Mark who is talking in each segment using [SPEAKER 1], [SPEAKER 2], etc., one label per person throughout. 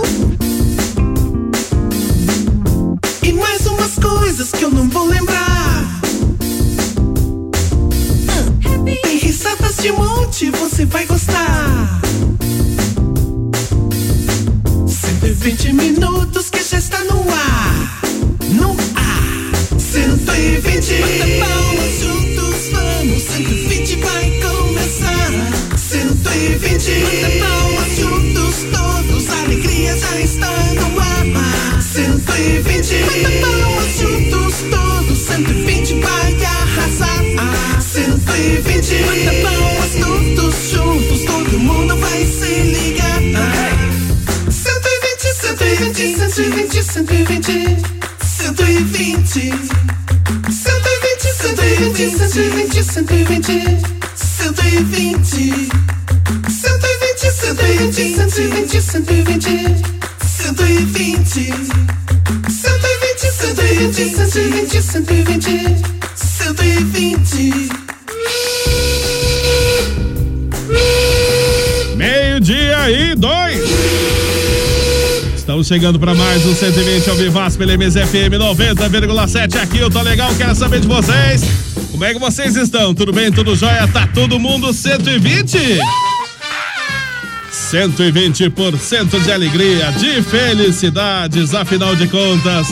[SPEAKER 1] e mais umas coisas que eu não vou lembrar. Tem risadas de monte, você vai gostar. 120 minutos que já está no ar. No ar. 120. Bata palmas juntos, vamos. 120 vai começar. 120. Bata palmas juntos todos, a alegria já está no ar. 120. Bata palmas juntos todos, 120 vai arrasar. 120. Bata palmas todos juntos, todo mundo vai se ligar. 120, 120, 120, 120. 120, 120, 120, 120. 120. 120, 120, 120, 120. 120. 120, 120, 120, 120. 120.
[SPEAKER 2] Meio-dia e dois. Estamos chegando para mais um 120 ao Vivaz pela MSFM 90,7 aqui. Eu tô legal, quero saber de vocês. Como é que vocês estão? Tudo bem? Tudo jóia? Tá todo mundo 120? 120% de alegria, de felicidades, afinal de contas,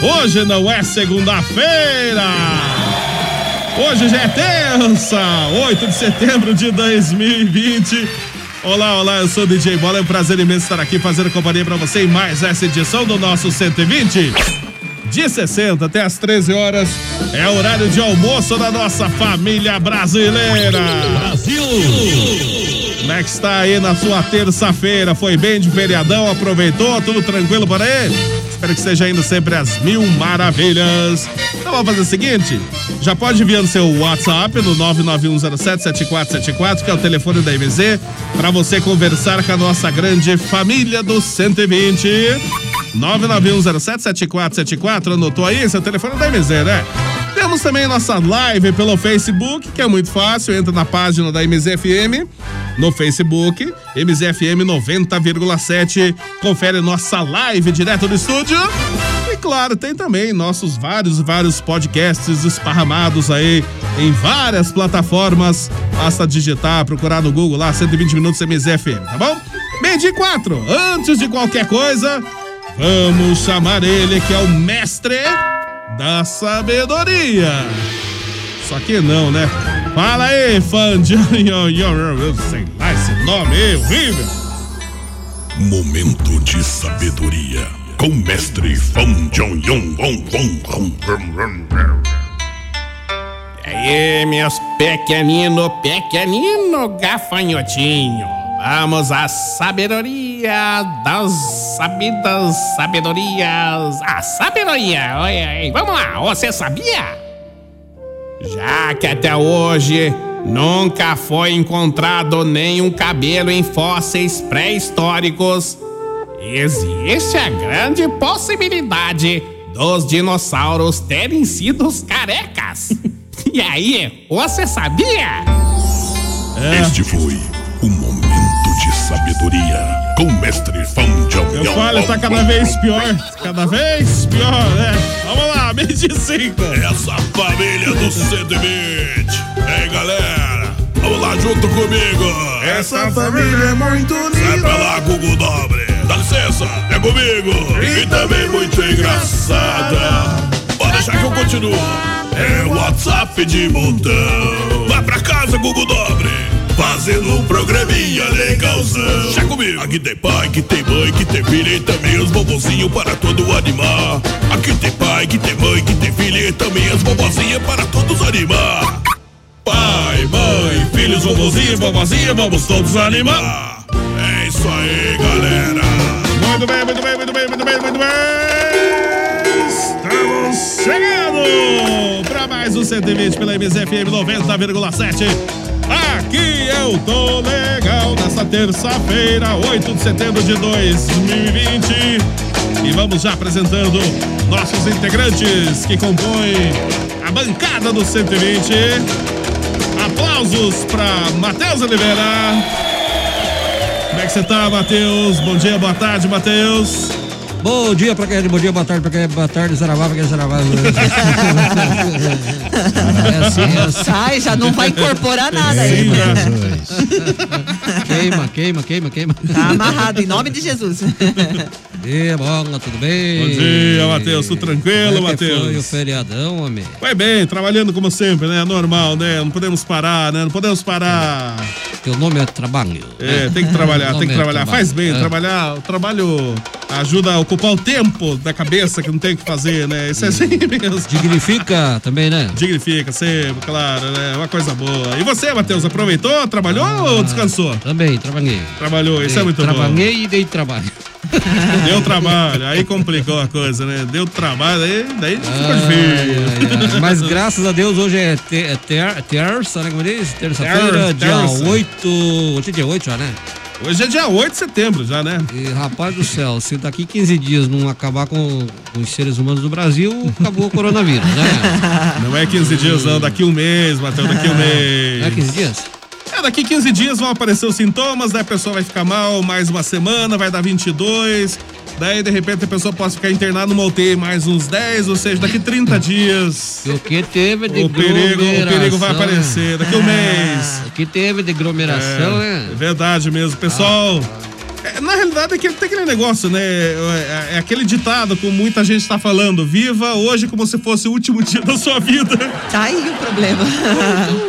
[SPEAKER 2] hoje não é segunda-feira! Hoje já é terça, 8 de setembro de 2020. Olá, olá, eu sou o DJ Bola, é um prazer imenso estar aqui fazendo companhia pra você em mais essa edição do nosso 120. De 60 até as 13 horas é o horário de almoço da nossa família brasileira. Brasil! Como é que está aí na sua terça-feira? Foi bem de feriadão? Aproveitou? Tudo tranquilo por aí? Espero que esteja indo sempre às mil maravilhas. Então vamos fazer o seguinte: já pode enviar no seu WhatsApp no 991077474, que é o telefone da MZ, para você conversar com a nossa grande família do 120. 991077474, anotou aí? Esse é o telefone da MZ, né? Temos também nossa live pelo Facebook, que é muito fácil, entra na página da MZFM no Facebook, MZFM 90,7, confere nossa live direto do estúdio. E claro, tem também nossos vários, vários podcasts esparramados aí em várias plataformas. Basta digitar, procurar no Google lá, 120 minutos MZFM, tá bom? Meio dia 4, antes de qualquer coisa, Vamos chamar ele que é o mestre da sabedoria. Só que não, né? Fala aí, Fandinho. Eu sei lá esse nome é horrível.
[SPEAKER 3] Momento de sabedoria com o mestre Fan Jong Yong Wong Wong Wong Wong Wong Wong.
[SPEAKER 4] E aí, meus pequenino, pequenino gafanhotinho, vamos à sabedoria das sabidas sabedorias. A sabedoria, oi, oi, vamos lá, você sabia? Já Ah, que até hoje nunca foi encontrado nenhum cabelo em fósseis pré-históricos, existe a grande possibilidade dos dinossauros terem sido os carecas. E aí, você sabia?
[SPEAKER 2] É.
[SPEAKER 3] Este foi o momento de sabedoria com o mestre Fan Jong
[SPEAKER 2] Eu falo, tá cada vez pior. Cada vez pior, né? Vamos lá, meio de cinco.
[SPEAKER 3] Essa família do 120. Ei, galera, vamos lá junto comigo. Essa família é muito unida. Sai pra lá, Google Dobre. Dá licença. moça, é comigo. E também muito engraçada. Pode deixar que eu continuo. É WhatsApp de montão. Vai pra casa, Google Dobre. Fazendo um programinha legalzão. Chega comigo. Aqui tem pai, que tem mãe, que tem filha e também os bobozinhos para todo animar. Aqui tem pai, que tem mãe, que tem filha e também as bobozinhas para todos animar. Pai, mãe, filhos, vovozinho, vovozinha, vamos todos animar. É isso aí, galera.
[SPEAKER 5] Tá
[SPEAKER 2] Muito bem, muito bem, muito bem, muito bem, muito bem. Estamos chegando para mais um 120 pela MZFM 90,7. Aqui eu tô legal nessa terça-feira, 8 de setembro de 2020. E vamos já apresentando nossos integrantes que compõem a bancada do 120. Aplausos para Matheus Oliveira. Como é que você tá, Matheus? Bom dia, boa tarde, Matheus.
[SPEAKER 5] Bom dia pra quem é de bom dia, boa tarde pra quem é boa tarde, zaravá pra quem é zaravá. é assim, é assim.
[SPEAKER 6] Sai, já não vai incorporar nada aí.
[SPEAKER 5] Queima. queima, queima, queima, queima.
[SPEAKER 6] Tá amarrado, em nome de Jesus.
[SPEAKER 5] Bom dia, bola, tudo bem?
[SPEAKER 2] Bom dia, Matheus. Tudo
[SPEAKER 5] Como é
[SPEAKER 2] tranquilo,
[SPEAKER 5] que Foi o
[SPEAKER 2] Matheus?
[SPEAKER 5] feriadão, homem.
[SPEAKER 2] Vai bem, trabalhando como sempre, né? Normal, né? Não podemos parar, né? Não podemos parar.
[SPEAKER 5] Teu nome é trabalho.
[SPEAKER 2] É, tem que trabalhar, tem que
[SPEAKER 5] Momento,
[SPEAKER 2] trabalhar.
[SPEAKER 5] trabalho.
[SPEAKER 2] Faz bem,
[SPEAKER 5] É.
[SPEAKER 2] trabalhar. O trabalho ajuda a ocupar o tempo da cabeça que não tem o que fazer, né? Isso é assim mesmo.
[SPEAKER 5] Dignifica também, né?
[SPEAKER 2] Dignifica sempre, claro, né? Uma coisa boa. E você, Matheus, aproveitou, trabalhou ou descansou?
[SPEAKER 5] Ah, Também, trabalhei.
[SPEAKER 2] Trabalhou, isso é muito bom.
[SPEAKER 5] trabalhei e dei trabalho.
[SPEAKER 2] Deu trabalho, aí complicou a coisa, né? Deu trabalho, aí daí ficou
[SPEAKER 5] Ai,
[SPEAKER 2] difícil.
[SPEAKER 5] ai, ai. Mas graças a Deus hoje é, te, é ter- terça, né? Como diz?
[SPEAKER 2] Terça,
[SPEAKER 5] Terça-feira, dia
[SPEAKER 2] terça.
[SPEAKER 5] 8. Hoje é dia 8 já, né?
[SPEAKER 2] Hoje é dia 8 de setembro já, né?
[SPEAKER 5] E, rapaz do céu, se daqui 15 dias não acabar com, com os seres humanos do Brasil, acabou o coronavírus, né?
[SPEAKER 2] Não é 15 dias, não. Daqui um mês, Matheus, daqui um mês.
[SPEAKER 5] Não é 15 dias?
[SPEAKER 2] É, daqui 15 dias vão aparecer os sintomas, daí a pessoa vai ficar mal mais uma semana, vai dar 22. Daí, de repente, a pessoa pode ficar internada numa UTI mais uns 10, ou seja, daqui 30 dias.
[SPEAKER 5] E o que teve de
[SPEAKER 2] O perigo, o perigo vai
[SPEAKER 5] aglomeração,
[SPEAKER 2] aparecer. Daqui um mês.
[SPEAKER 5] né? O que teve de aglomeração,
[SPEAKER 2] É
[SPEAKER 5] né?
[SPEAKER 2] verdade mesmo, pessoal. é, Na realidade, é que tem aquele negócio, né? É é aquele ditado que muita gente tá falando. Viva hoje como se fosse o último dia da sua vida.
[SPEAKER 6] Tá aí o problema.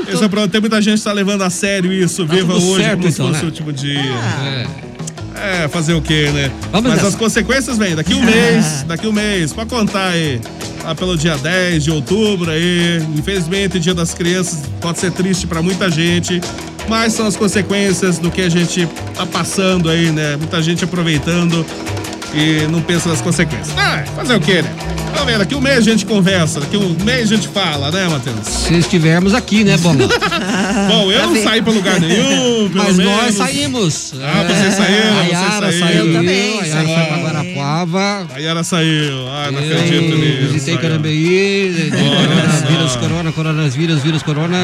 [SPEAKER 2] Esse é o problema. Tem muita gente que tá levando a sério isso. Viva
[SPEAKER 5] tudo
[SPEAKER 2] hoje
[SPEAKER 5] certo,
[SPEAKER 2] como se
[SPEAKER 5] então,
[SPEAKER 2] fosse
[SPEAKER 5] né?
[SPEAKER 2] o último dia.
[SPEAKER 5] É.
[SPEAKER 2] É, fazer o quê, né?
[SPEAKER 5] Vamos
[SPEAKER 2] Mas
[SPEAKER 5] nessa.
[SPEAKER 2] as consequências vêm daqui um mês, daqui um mês. Pode contar aí. Lá pelo dia 10 de outubro aí. Infelizmente, Dia das Crianças pode ser triste pra muita gente. Mas são as consequências do que a gente tá passando aí, né? Muita gente aproveitando e não pensa nas consequências. Ah, fazer o quê, né? Vamos ver, daqui um mês a gente conversa, daqui um mês a gente fala, né, Matheus?
[SPEAKER 5] Se estivermos aqui, né, Bola?
[SPEAKER 2] Bom, eu
[SPEAKER 6] pra
[SPEAKER 2] não
[SPEAKER 6] ver.
[SPEAKER 2] saí pra lugar nenhum, pelo
[SPEAKER 5] Tá Mas
[SPEAKER 2] menos.
[SPEAKER 5] nós saímos.
[SPEAKER 2] Ah, vocês saíram,
[SPEAKER 5] A
[SPEAKER 2] vocês
[SPEAKER 5] Yara
[SPEAKER 2] saíram.
[SPEAKER 5] saiu,
[SPEAKER 6] Eu também
[SPEAKER 5] a Yara
[SPEAKER 6] saí.
[SPEAKER 5] foi pra Guarapuava.
[SPEAKER 2] A Yara saiu. Ah, não acredito
[SPEAKER 5] Eu
[SPEAKER 2] nisso.
[SPEAKER 5] visitei
[SPEAKER 2] Saiu.
[SPEAKER 5] Carambeí,
[SPEAKER 2] Olha
[SPEAKER 5] corona,
[SPEAKER 2] só.
[SPEAKER 5] vírus, corona, corona, vírus, vírus, corona.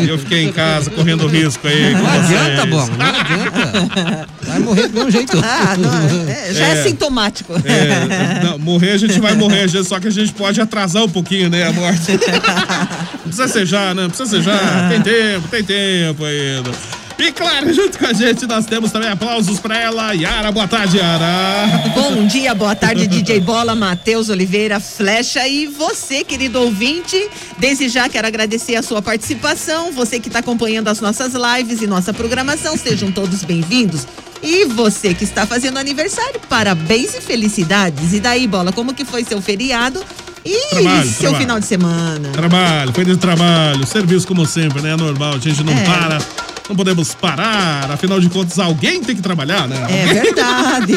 [SPEAKER 2] E eu fiquei em casa correndo risco aí. com
[SPEAKER 5] Não
[SPEAKER 2] vocês.
[SPEAKER 5] adianta, bom, não adianta. Vai morrer do mesmo jeito.
[SPEAKER 6] Ah, não, é, já é,
[SPEAKER 2] É.
[SPEAKER 6] sintomático.
[SPEAKER 2] É, não, morrer a gente vai morrer, gente, só que a gente pode atrasar um pouquinho, né, a morte. Não precisa ser já, né? Não precisa ser já. Tem tempo, tem tempo ainda. E claro, junto com a gente, nós temos também aplausos pra ela. Yara, boa tarde, Yara.
[SPEAKER 6] Bom dia, boa tarde, DJ Bola, Matheus Oliveira, Flecha e você, querido ouvinte. Desde já quero agradecer a sua participação, você que está acompanhando as nossas lives e nossa programação, sejam todos bem-vindos. E você que está fazendo aniversário, parabéns e felicidades. E daí, Bola, como que foi seu feriado e
[SPEAKER 2] Trabalho,
[SPEAKER 6] seu
[SPEAKER 2] trabalho.
[SPEAKER 6] final de semana?
[SPEAKER 2] Trabalho, foi de trabalho, serviço como sempre, né? É normal, a gente não
[SPEAKER 6] É.
[SPEAKER 2] para, não podemos parar. Afinal de contas, alguém tem que trabalhar, né?
[SPEAKER 6] É verdade.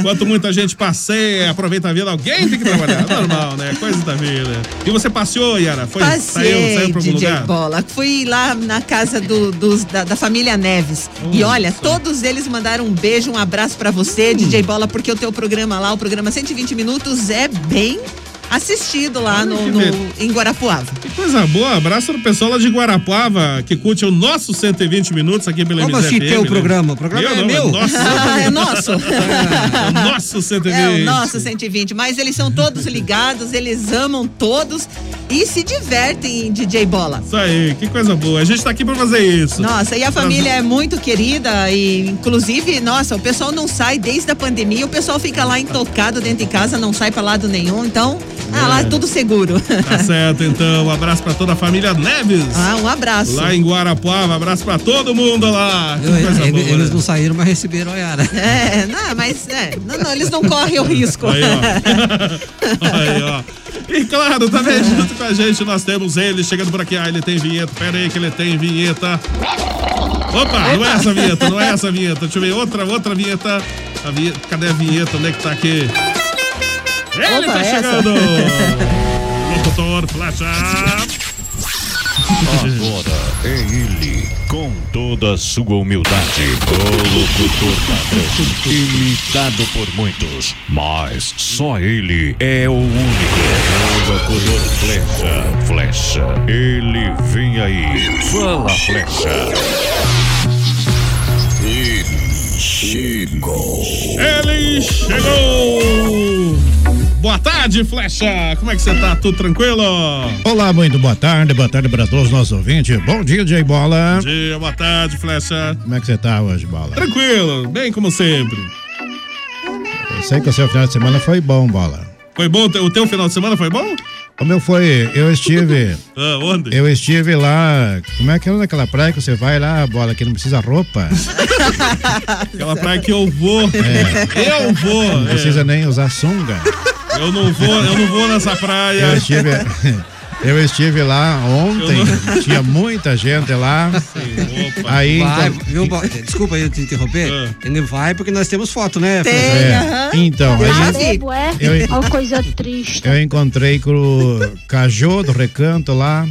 [SPEAKER 2] Enquanto muita gente passeia, aproveita a vida, alguém tem que trabalhar. É normal, né? Coisa da vida. E você passeou, Yara? Foi, saiu,
[SPEAKER 6] Passei,
[SPEAKER 2] saiu pra algum
[SPEAKER 6] DJ
[SPEAKER 2] lugar?
[SPEAKER 6] Bola. Fui lá na casa do- dos- da, da família Neves. E olha, todos eles mandaram um beijo, um abraço pra
[SPEAKER 2] Hum.
[SPEAKER 6] você, DJ Bola, porque o teu programa lá, o programa 120 Minutos, é bem assistido lá no,
[SPEAKER 2] que
[SPEAKER 6] no-
[SPEAKER 2] beleza.
[SPEAKER 6] em Guarapuava.
[SPEAKER 2] Que coisa boa. Abraço pro pessoal lá de Guarapuava, que curte o nosso 120 minutos aqui pela
[SPEAKER 5] Como
[SPEAKER 2] MZFM,
[SPEAKER 5] assim teu
[SPEAKER 2] né?
[SPEAKER 5] programa? O programa
[SPEAKER 2] Meu
[SPEAKER 5] é
[SPEAKER 2] não,
[SPEAKER 5] meu.
[SPEAKER 2] Nosso,
[SPEAKER 6] Ah, é nosso.
[SPEAKER 2] é o nosso 120.
[SPEAKER 6] É o nosso 120, mas eles são todos ligados, eles amam todos. e se divertem, DJ Bola.
[SPEAKER 2] Isso aí, que coisa boa. A gente tá aqui pra fazer isso.
[SPEAKER 6] Nossa, e a família
[SPEAKER 2] Uhum.
[SPEAKER 6] é muito querida e inclusive, nossa, o pessoal não sai desde a pandemia, o pessoal fica lá intocado dentro de casa, não sai pra lado nenhum, então, ah, lá é tudo seguro.
[SPEAKER 2] Tá certo, então. Um abraço pra toda a família Neves.
[SPEAKER 6] Ah, um abraço.
[SPEAKER 2] Lá em Guarapuava, abraço pra todo mundo lá. Que
[SPEAKER 5] Eu-
[SPEAKER 2] coisa
[SPEAKER 5] ele-
[SPEAKER 2] boa.
[SPEAKER 5] eles
[SPEAKER 2] né?
[SPEAKER 5] não saíram, mas receberam a Yara.
[SPEAKER 6] É, não, mas é, não, não, eles não correm o risco.
[SPEAKER 2] Aí, Tá? ó. aí, ó. E claro, também junto com a gente nós temos ele chegando por aqui. Ah, ele tem vinheta. Pera aí que ele tem vinheta. Opa, não é essa vinheta, não é essa vinheta. Deixa eu ver outra, outra vinheta. A vinheta. Cadê a vinheta? Onde é que tá aqui?
[SPEAKER 7] é
[SPEAKER 6] Opa,
[SPEAKER 2] Ele tá
[SPEAKER 6] essa.
[SPEAKER 2] chegando! Locutor Flecha!
[SPEAKER 8] Agora é ele, com toda a sua humildade, o locutor padrão, imitado por muitos, mas só ele é o único. O locutor Flecha, Flecha, ele vem aí, fala Flecha.
[SPEAKER 2] Ele chegou! Boa tarde, Flecha! Como é que você tá? Tudo tranquilo?
[SPEAKER 9] Olá, muito boa tarde, boa tarde para todos os nossos ouvintes. Bom dia, Jay Bola.
[SPEAKER 2] Bom dia, boa tarde, Flecha.
[SPEAKER 9] Como é que você tá hoje, Bola?
[SPEAKER 2] Tranquilo, bem como sempre.
[SPEAKER 9] Eu sei que o seu final de semana foi bom, Bola.
[SPEAKER 2] Foi bom? O teu- O teu final de semana foi bom?
[SPEAKER 9] O meu foi, eu estive,
[SPEAKER 2] Ah, onde?
[SPEAKER 9] eu estive lá, como é que é naquela praia que você vai lá, Bola, que não precisa roupa,
[SPEAKER 2] Aquela praia que eu vou. Eu vou.
[SPEAKER 9] não
[SPEAKER 2] é.
[SPEAKER 9] precisa nem usar sunga.
[SPEAKER 2] Eu não vou, eu não vou nessa praia.
[SPEAKER 9] Eu estive, eu estive lá ontem, tinha muita gente lá,
[SPEAKER 2] Opa.
[SPEAKER 9] aí...
[SPEAKER 5] Vai,
[SPEAKER 9] então-
[SPEAKER 5] viu, Bo- Desculpa aí eu te interromper.
[SPEAKER 2] Ah.
[SPEAKER 5] Ele vai porque nós temos foto, né?
[SPEAKER 6] Tem.
[SPEAKER 5] Fran?
[SPEAKER 9] é,
[SPEAKER 6] aham. Tá
[SPEAKER 9] então,
[SPEAKER 10] Tá
[SPEAKER 9] aí...
[SPEAKER 6] Grave.
[SPEAKER 11] é
[SPEAKER 9] Eu-
[SPEAKER 11] uma coisa triste.
[SPEAKER 9] Eu encontrei com o Cajô do Recanto lá.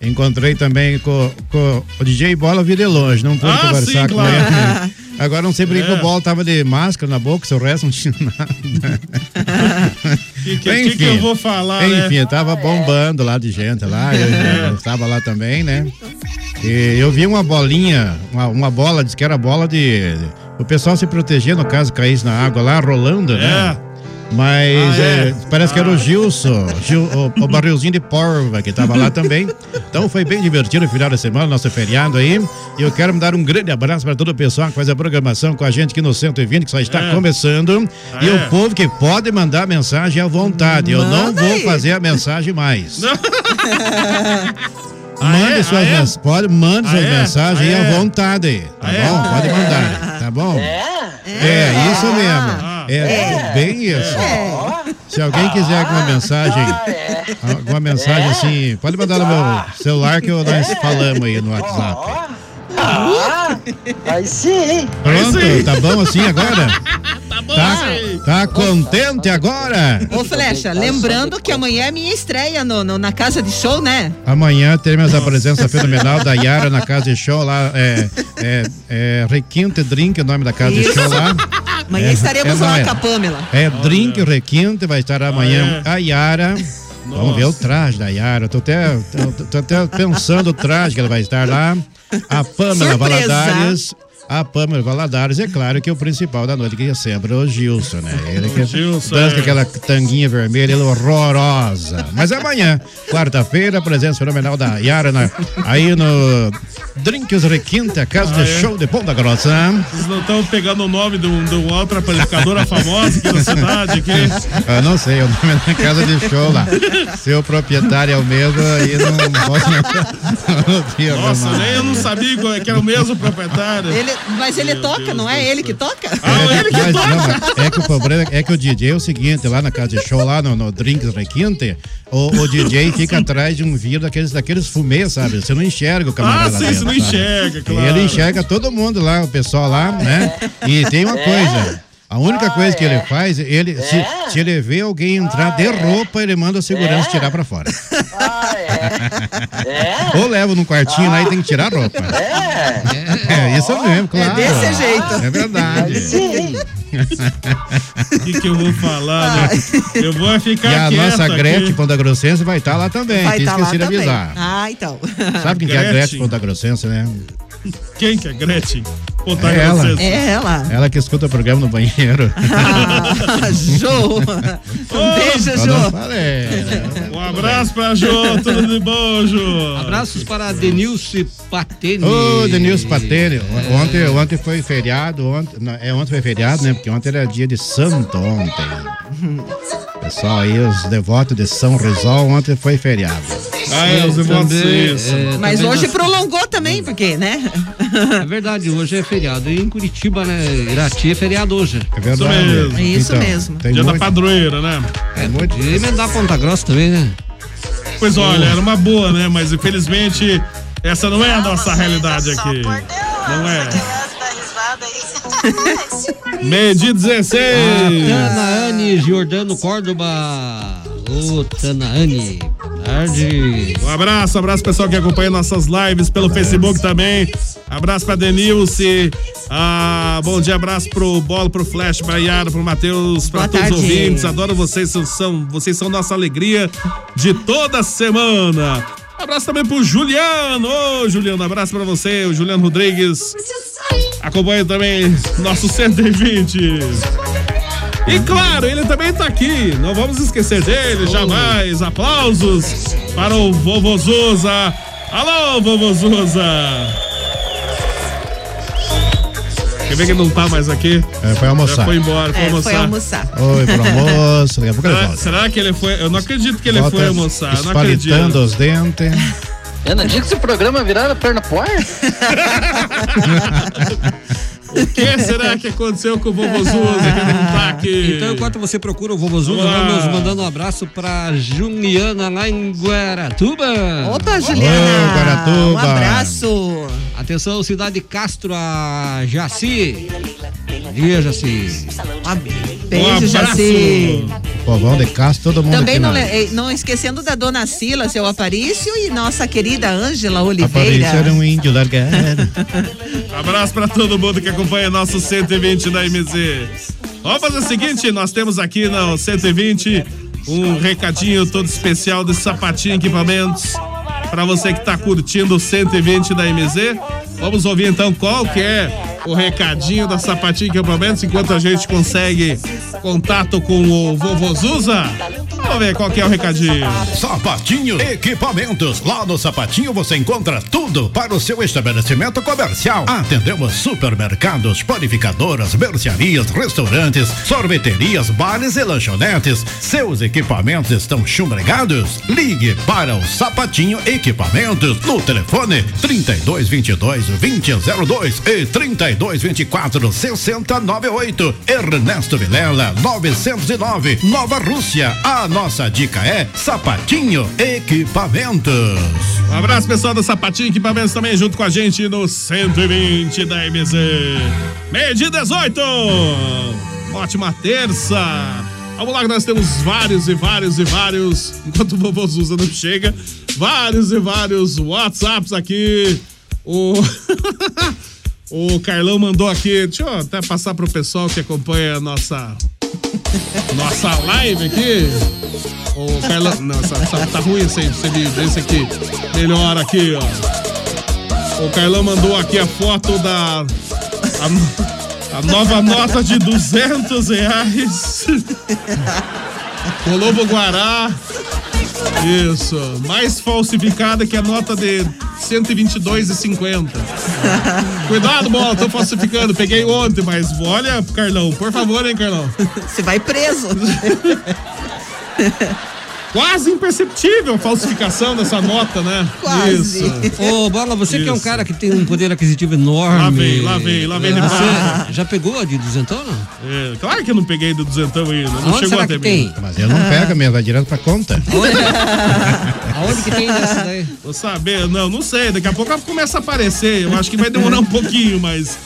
[SPEAKER 9] Encontrei também com, com o DJ Bola vira longe, não pude
[SPEAKER 2] Ah,
[SPEAKER 9] conversar
[SPEAKER 2] sim,
[SPEAKER 9] com
[SPEAKER 2] claro.
[SPEAKER 9] ele. Agora não sei por que que
[SPEAKER 2] É.
[SPEAKER 9] o Bola tava de máscara na boca, se o resto não tinha nada.
[SPEAKER 2] O que, que- que que eu vou falar,
[SPEAKER 9] Enfim,
[SPEAKER 2] né? É.
[SPEAKER 9] eu tava bombando lá de gente lá, eu, eu tava lá também, né? E eu vi uma bolinha, uma, uma bola, disse que era bola de. O pessoal se protegia, no caso, caísse na água lá, rolando, né?
[SPEAKER 2] É.
[SPEAKER 9] Mas
[SPEAKER 2] Ah, é?
[SPEAKER 9] é, parece que era o Gilson, Gil- o, o barrilzinho de porva que estava lá também. Então foi bem divertido o final da semana, nosso feriado aí. E eu quero mandar um grande abraço para todo o pessoal que faz a programação com a gente aqui no 120, que só está
[SPEAKER 2] É.
[SPEAKER 9] começando. E
[SPEAKER 2] É.
[SPEAKER 9] o povo que pode mandar mensagem à vontade. Eu não
[SPEAKER 6] Manda
[SPEAKER 9] vou
[SPEAKER 6] aí.
[SPEAKER 9] fazer a mensagem mais.
[SPEAKER 2] Não. Ah,
[SPEAKER 9] Mande
[SPEAKER 2] é?
[SPEAKER 9] suas
[SPEAKER 2] Ah, é?
[SPEAKER 9] mensagens. Pode, mande
[SPEAKER 2] Ah,
[SPEAKER 9] suas
[SPEAKER 2] é?
[SPEAKER 9] mensagens
[SPEAKER 2] Ah,
[SPEAKER 9] aí
[SPEAKER 2] é?
[SPEAKER 9] à vontade. Tá
[SPEAKER 2] Ah, é?
[SPEAKER 9] bom? Pode mandar. Tá bom? É, isso
[SPEAKER 2] Ah.
[SPEAKER 9] mesmo. É, bem isso. Se alguém quiser alguma
[SPEAKER 6] Ah,
[SPEAKER 9] mensagem,
[SPEAKER 6] é.
[SPEAKER 9] alguma mensagem assim, pode mandar no meu celular que eu- nós
[SPEAKER 6] É.
[SPEAKER 9] falamos aí no WhatsApp.
[SPEAKER 6] Ah,
[SPEAKER 12] Ah,
[SPEAKER 1] Aí sim,
[SPEAKER 6] é
[SPEAKER 2] Aí sim.
[SPEAKER 9] Pronto, tá bom assim agora?
[SPEAKER 2] Tá bom,
[SPEAKER 9] Tá,
[SPEAKER 2] sim.
[SPEAKER 9] tá contente agora?
[SPEAKER 6] Ô Flecha,
[SPEAKER 9] Tá
[SPEAKER 6] lembrando que amanhã é minha estreia no, no- na casa de show, né?
[SPEAKER 9] Amanhã teremos a presença fenomenal da Yara na Casa de Show lá. É, é, é Requinte Drink, o nome da Casa de
[SPEAKER 6] Isso.
[SPEAKER 9] Show lá.
[SPEAKER 6] Amanhã
[SPEAKER 9] É,
[SPEAKER 6] estaremos
[SPEAKER 9] é
[SPEAKER 6] lá
[SPEAKER 9] nóis.
[SPEAKER 6] com a Pamela.
[SPEAKER 9] É Drink Requinte, vai estar amanhã
[SPEAKER 2] Ah, é.
[SPEAKER 9] a Yara. Vamos ver o traje da Yara. Tô até, tô, tô até pensando o traje que ela vai estar lá. A Pamela
[SPEAKER 6] Surpresa.
[SPEAKER 9] Valadares. A Pâmela Valadares, é claro que o principal da noite, que é sempre o Gilson, né? Ele que
[SPEAKER 2] Gilson,
[SPEAKER 9] dança
[SPEAKER 2] é.
[SPEAKER 9] com aquela tanguinha vermelha, ele é horrorosa. Mas é amanhã, quarta-feira, a presença fenomenal da Yara na- aí no Drinks Requinta, casa
[SPEAKER 2] Ah, é.
[SPEAKER 9] de show de Ponta Grossa.
[SPEAKER 2] Vocês não estão pegando o nome de, um, de uma outra panificadora famosa aqui na cidade? Aqui.
[SPEAKER 9] Eu não sei, o nome da casa de show lá. Se o proprietário é o mesmo, aí não posso. Não tinha
[SPEAKER 2] Nossa,
[SPEAKER 9] como.
[SPEAKER 2] nem eu não sabia qual- é que era o mesmo proprietário.
[SPEAKER 6] Ele, mas ele
[SPEAKER 2] Meu
[SPEAKER 6] toca,
[SPEAKER 2] Deus
[SPEAKER 6] não é
[SPEAKER 2] do
[SPEAKER 6] ele
[SPEAKER 2] céu.
[SPEAKER 6] que toca?
[SPEAKER 2] Ah, ele que
[SPEAKER 9] Mas não, é que o problema é que o DJ é o seguinte, lá na casa de show, lá no, no Drinks Requinte, o, o
[SPEAKER 2] Ah,
[SPEAKER 9] DJ fica atrás de um vidro daqueles, daqueles fumê, sabe? Você não enxerga o camarada
[SPEAKER 2] Ah, sim,
[SPEAKER 9] lá
[SPEAKER 2] você não
[SPEAKER 9] dentro, sabe?
[SPEAKER 2] enxerga, claro.
[SPEAKER 9] Ele enxerga todo mundo lá, o pessoal lá, né? E tem uma coisa. A única coisa que ele faz, ele, se, se ele vê alguém entrar de roupa, ele manda o segurança tirar pra fora. Ou leva num quartinho lá e tem que tirar a roupa. É, isso mesmo, claro.
[SPEAKER 6] É desse jeito.
[SPEAKER 9] É verdade.
[SPEAKER 2] O que, que eu vou falar, né? Eu vou ficar
[SPEAKER 9] E a
[SPEAKER 2] quieto
[SPEAKER 9] nossa
[SPEAKER 2] aqui.
[SPEAKER 9] Gretchen Ponta Grossense vai estar lá também.
[SPEAKER 6] Vai
[SPEAKER 9] que
[SPEAKER 6] estar lá
[SPEAKER 9] esqueci de
[SPEAKER 6] também.
[SPEAKER 9] avisar.
[SPEAKER 6] Ah, então.
[SPEAKER 9] Sabe quem que é a
[SPEAKER 2] Gretchen.
[SPEAKER 9] Gretchen Ponta Grossense, né?
[SPEAKER 2] Quem que é Gretchen? Contar
[SPEAKER 9] É
[SPEAKER 2] pra
[SPEAKER 9] ela.
[SPEAKER 2] vocês.
[SPEAKER 6] É ela.
[SPEAKER 9] Ela que escuta o programa no banheiro.
[SPEAKER 6] Ah, Jô. Um beijo,
[SPEAKER 9] Ela não
[SPEAKER 6] Jô.
[SPEAKER 9] fala, é.
[SPEAKER 2] Um abraço pra Jô, tudo de bom, Jô.
[SPEAKER 5] Abraços para Denilson Patene. É.
[SPEAKER 9] Ô, Denilson Patene, ontem, ontem foi feriado, ontem, não, é, ontem foi feriado, né? Porque ontem era dia de santo, ontem. Pessoal aí, os devotos de São Rizal, ontem foi feriado.
[SPEAKER 2] Ah, é, os vocês.
[SPEAKER 9] É,
[SPEAKER 6] Mas hoje
[SPEAKER 5] pro
[SPEAKER 6] prolongou também, porque, né?
[SPEAKER 5] É verdade, hoje é feriado. E em Curitiba, né? Irati é feriado hoje.
[SPEAKER 9] É verdade.
[SPEAKER 2] mesmo.
[SPEAKER 6] É isso mesmo.
[SPEAKER 9] Tem
[SPEAKER 2] Dia da
[SPEAKER 9] muito,
[SPEAKER 2] padroeira, né?
[SPEAKER 5] É muito. E emendar Ponta Grossa também, né?
[SPEAKER 2] Pois olha, era uma boa, né? Mas infelizmente essa não é a nossa realidade aqui. Não é. Meio dia 16.
[SPEAKER 5] Tanaane Giordano Córdoba. Ô, Tanaane. boa Tarde.
[SPEAKER 2] Um abraço, abraço pessoal que acompanha nossas lives pelo Facebook também. Abraço pra Denilce. Ah, bom dia, abraço pro Bolo, pro Flash, pra Yara, pro Matheus, pra
[SPEAKER 6] Boa
[SPEAKER 2] todos os
[SPEAKER 6] tarde.
[SPEAKER 2] ouvintes. Adoro vocês, são, são- vocês são nossa alegria de toda semana. Abraço também pro Juliano. Ô, Juliano, abraço pra você, o Juliano Rodrigues. Acompanhe também nosso 120. E claro, ele também tá aqui. Não vamos esquecer dele, jamais. Aplausos para o Vovô Zuza. Alô, Vovô Zuza. Quer ver que ele não tá mais aqui?
[SPEAKER 9] é, foi
[SPEAKER 2] Já
[SPEAKER 9] almoçar.
[SPEAKER 2] foi embora, foi
[SPEAKER 6] É,
[SPEAKER 2] almoçar.
[SPEAKER 6] foi almoçar.
[SPEAKER 9] Oi, pro almoço, daqui a pouco ele
[SPEAKER 2] Será,
[SPEAKER 9] volta.
[SPEAKER 2] será que ele foi? Eu não acredito que ele
[SPEAKER 9] Volta
[SPEAKER 2] foi almoçar. eu Não
[SPEAKER 9] Espalitando
[SPEAKER 2] acredito.
[SPEAKER 9] os dentes.
[SPEAKER 11] Eu não digo que esse programa virara perna pro ar?
[SPEAKER 2] O que será que aconteceu com o Vovô Zuza que ele não tá aqui?
[SPEAKER 5] Então, enquanto você procura o Vovozudo,
[SPEAKER 2] Olá.
[SPEAKER 5] vamos mandando um abraço pra Juniana lá em Guaratuba.
[SPEAKER 6] Opa, Juliana. um
[SPEAKER 9] Guaratuba.
[SPEAKER 6] abraço.
[SPEAKER 5] Atenção, cidade Castro, a Jaci. Bom Dia, Jaci.
[SPEAKER 9] Um
[SPEAKER 6] Beijo, Jaci.
[SPEAKER 9] Povão de Castro, todo mundo
[SPEAKER 6] Também
[SPEAKER 9] aqui
[SPEAKER 6] não,
[SPEAKER 9] na-
[SPEAKER 6] le- eh, não esquecendo da dona Sila, seu Aparício, e nossa querida Ângela
[SPEAKER 9] Apareceu
[SPEAKER 6] Oliveira.
[SPEAKER 9] era um índio largado.
[SPEAKER 2] Abraço pra todo mundo que acompanha nosso 120 da MZ. Vamos fazer é o seguinte, nós temos aqui no 120 um recadinho todo especial de Sapatinho Equipamentos pra você que tá curtindo o 120 da MZ. Vamos ouvir então qual que é o recadinho da Sapatinho Equipamentos enquanto a gente consegue contato com o Vovô Zuza. Vamos ver qual que é o recadinho.
[SPEAKER 8] Sapatinho Equipamentos. Lá no Sapatinho você encontra tudo para o seu estabelecimento comercial. Atendemos supermercados, panificadoras, mercearias, restaurantes, sorveterias, bares e lanchonetes. Seus equipamentos estão chumbregados? Ligue para o Sapatinho Equipamentos no telefone 3222 2002 e 3224 6098. Ernesto Vilela 909, Nova Rússia. A nossa dica é Sapatinho Equipamentos.
[SPEAKER 2] Um abraço, pessoal do Sapatinho Equipamentos também junto com a gente no 120 da MZ. Meio dia 18. Ótima terça. Vamos lá que nós temos vários e vários e vários, enquanto o vovô Zuza não chega, vários e vários WhatsApps aqui. O... o Carlão mandou aqui, deixa eu até passar pro pessoal que acompanha a nossa nossa live aqui. Ô, Carla. Não, essa- essa- tá ruim esse, esse vídeo. Esse aqui. Melhor aqui, ó. O Carlão mandou aqui a foto da. A, no- a nova nota de 200 reais. Colombo Guará. Isso. Mais falsificada que a nota de 122,50. Cuidado, bola, tô falsificando. Peguei ontem, mas olha, Carlão, por favor, hein, Carlão.
[SPEAKER 6] Você vai preso.
[SPEAKER 2] Quase imperceptível a falsificação dessa nota, né?
[SPEAKER 6] Quase.
[SPEAKER 5] Ô, Bola, você que é um
[SPEAKER 2] Isso.
[SPEAKER 5] cara que tem um poder aquisitivo enorme.
[SPEAKER 2] Lá vem, lá vem, lá vem ele
[SPEAKER 5] Você já pegou a de duzentão? não?
[SPEAKER 2] É, claro que eu não peguei do duzentão ainda, não
[SPEAKER 5] Aonde
[SPEAKER 2] chegou
[SPEAKER 5] será
[SPEAKER 2] até
[SPEAKER 5] que
[SPEAKER 2] mim.
[SPEAKER 5] tem? Ah.
[SPEAKER 9] Mas ele
[SPEAKER 6] Ah.
[SPEAKER 9] não pega mesmo, vai direto pra conta.
[SPEAKER 5] Aonde que tem essa daí?
[SPEAKER 2] Vou saber, não, não sei, daqui a pouco ela começa a aparecer, eu acho que vai demorar um pouquinho, mas...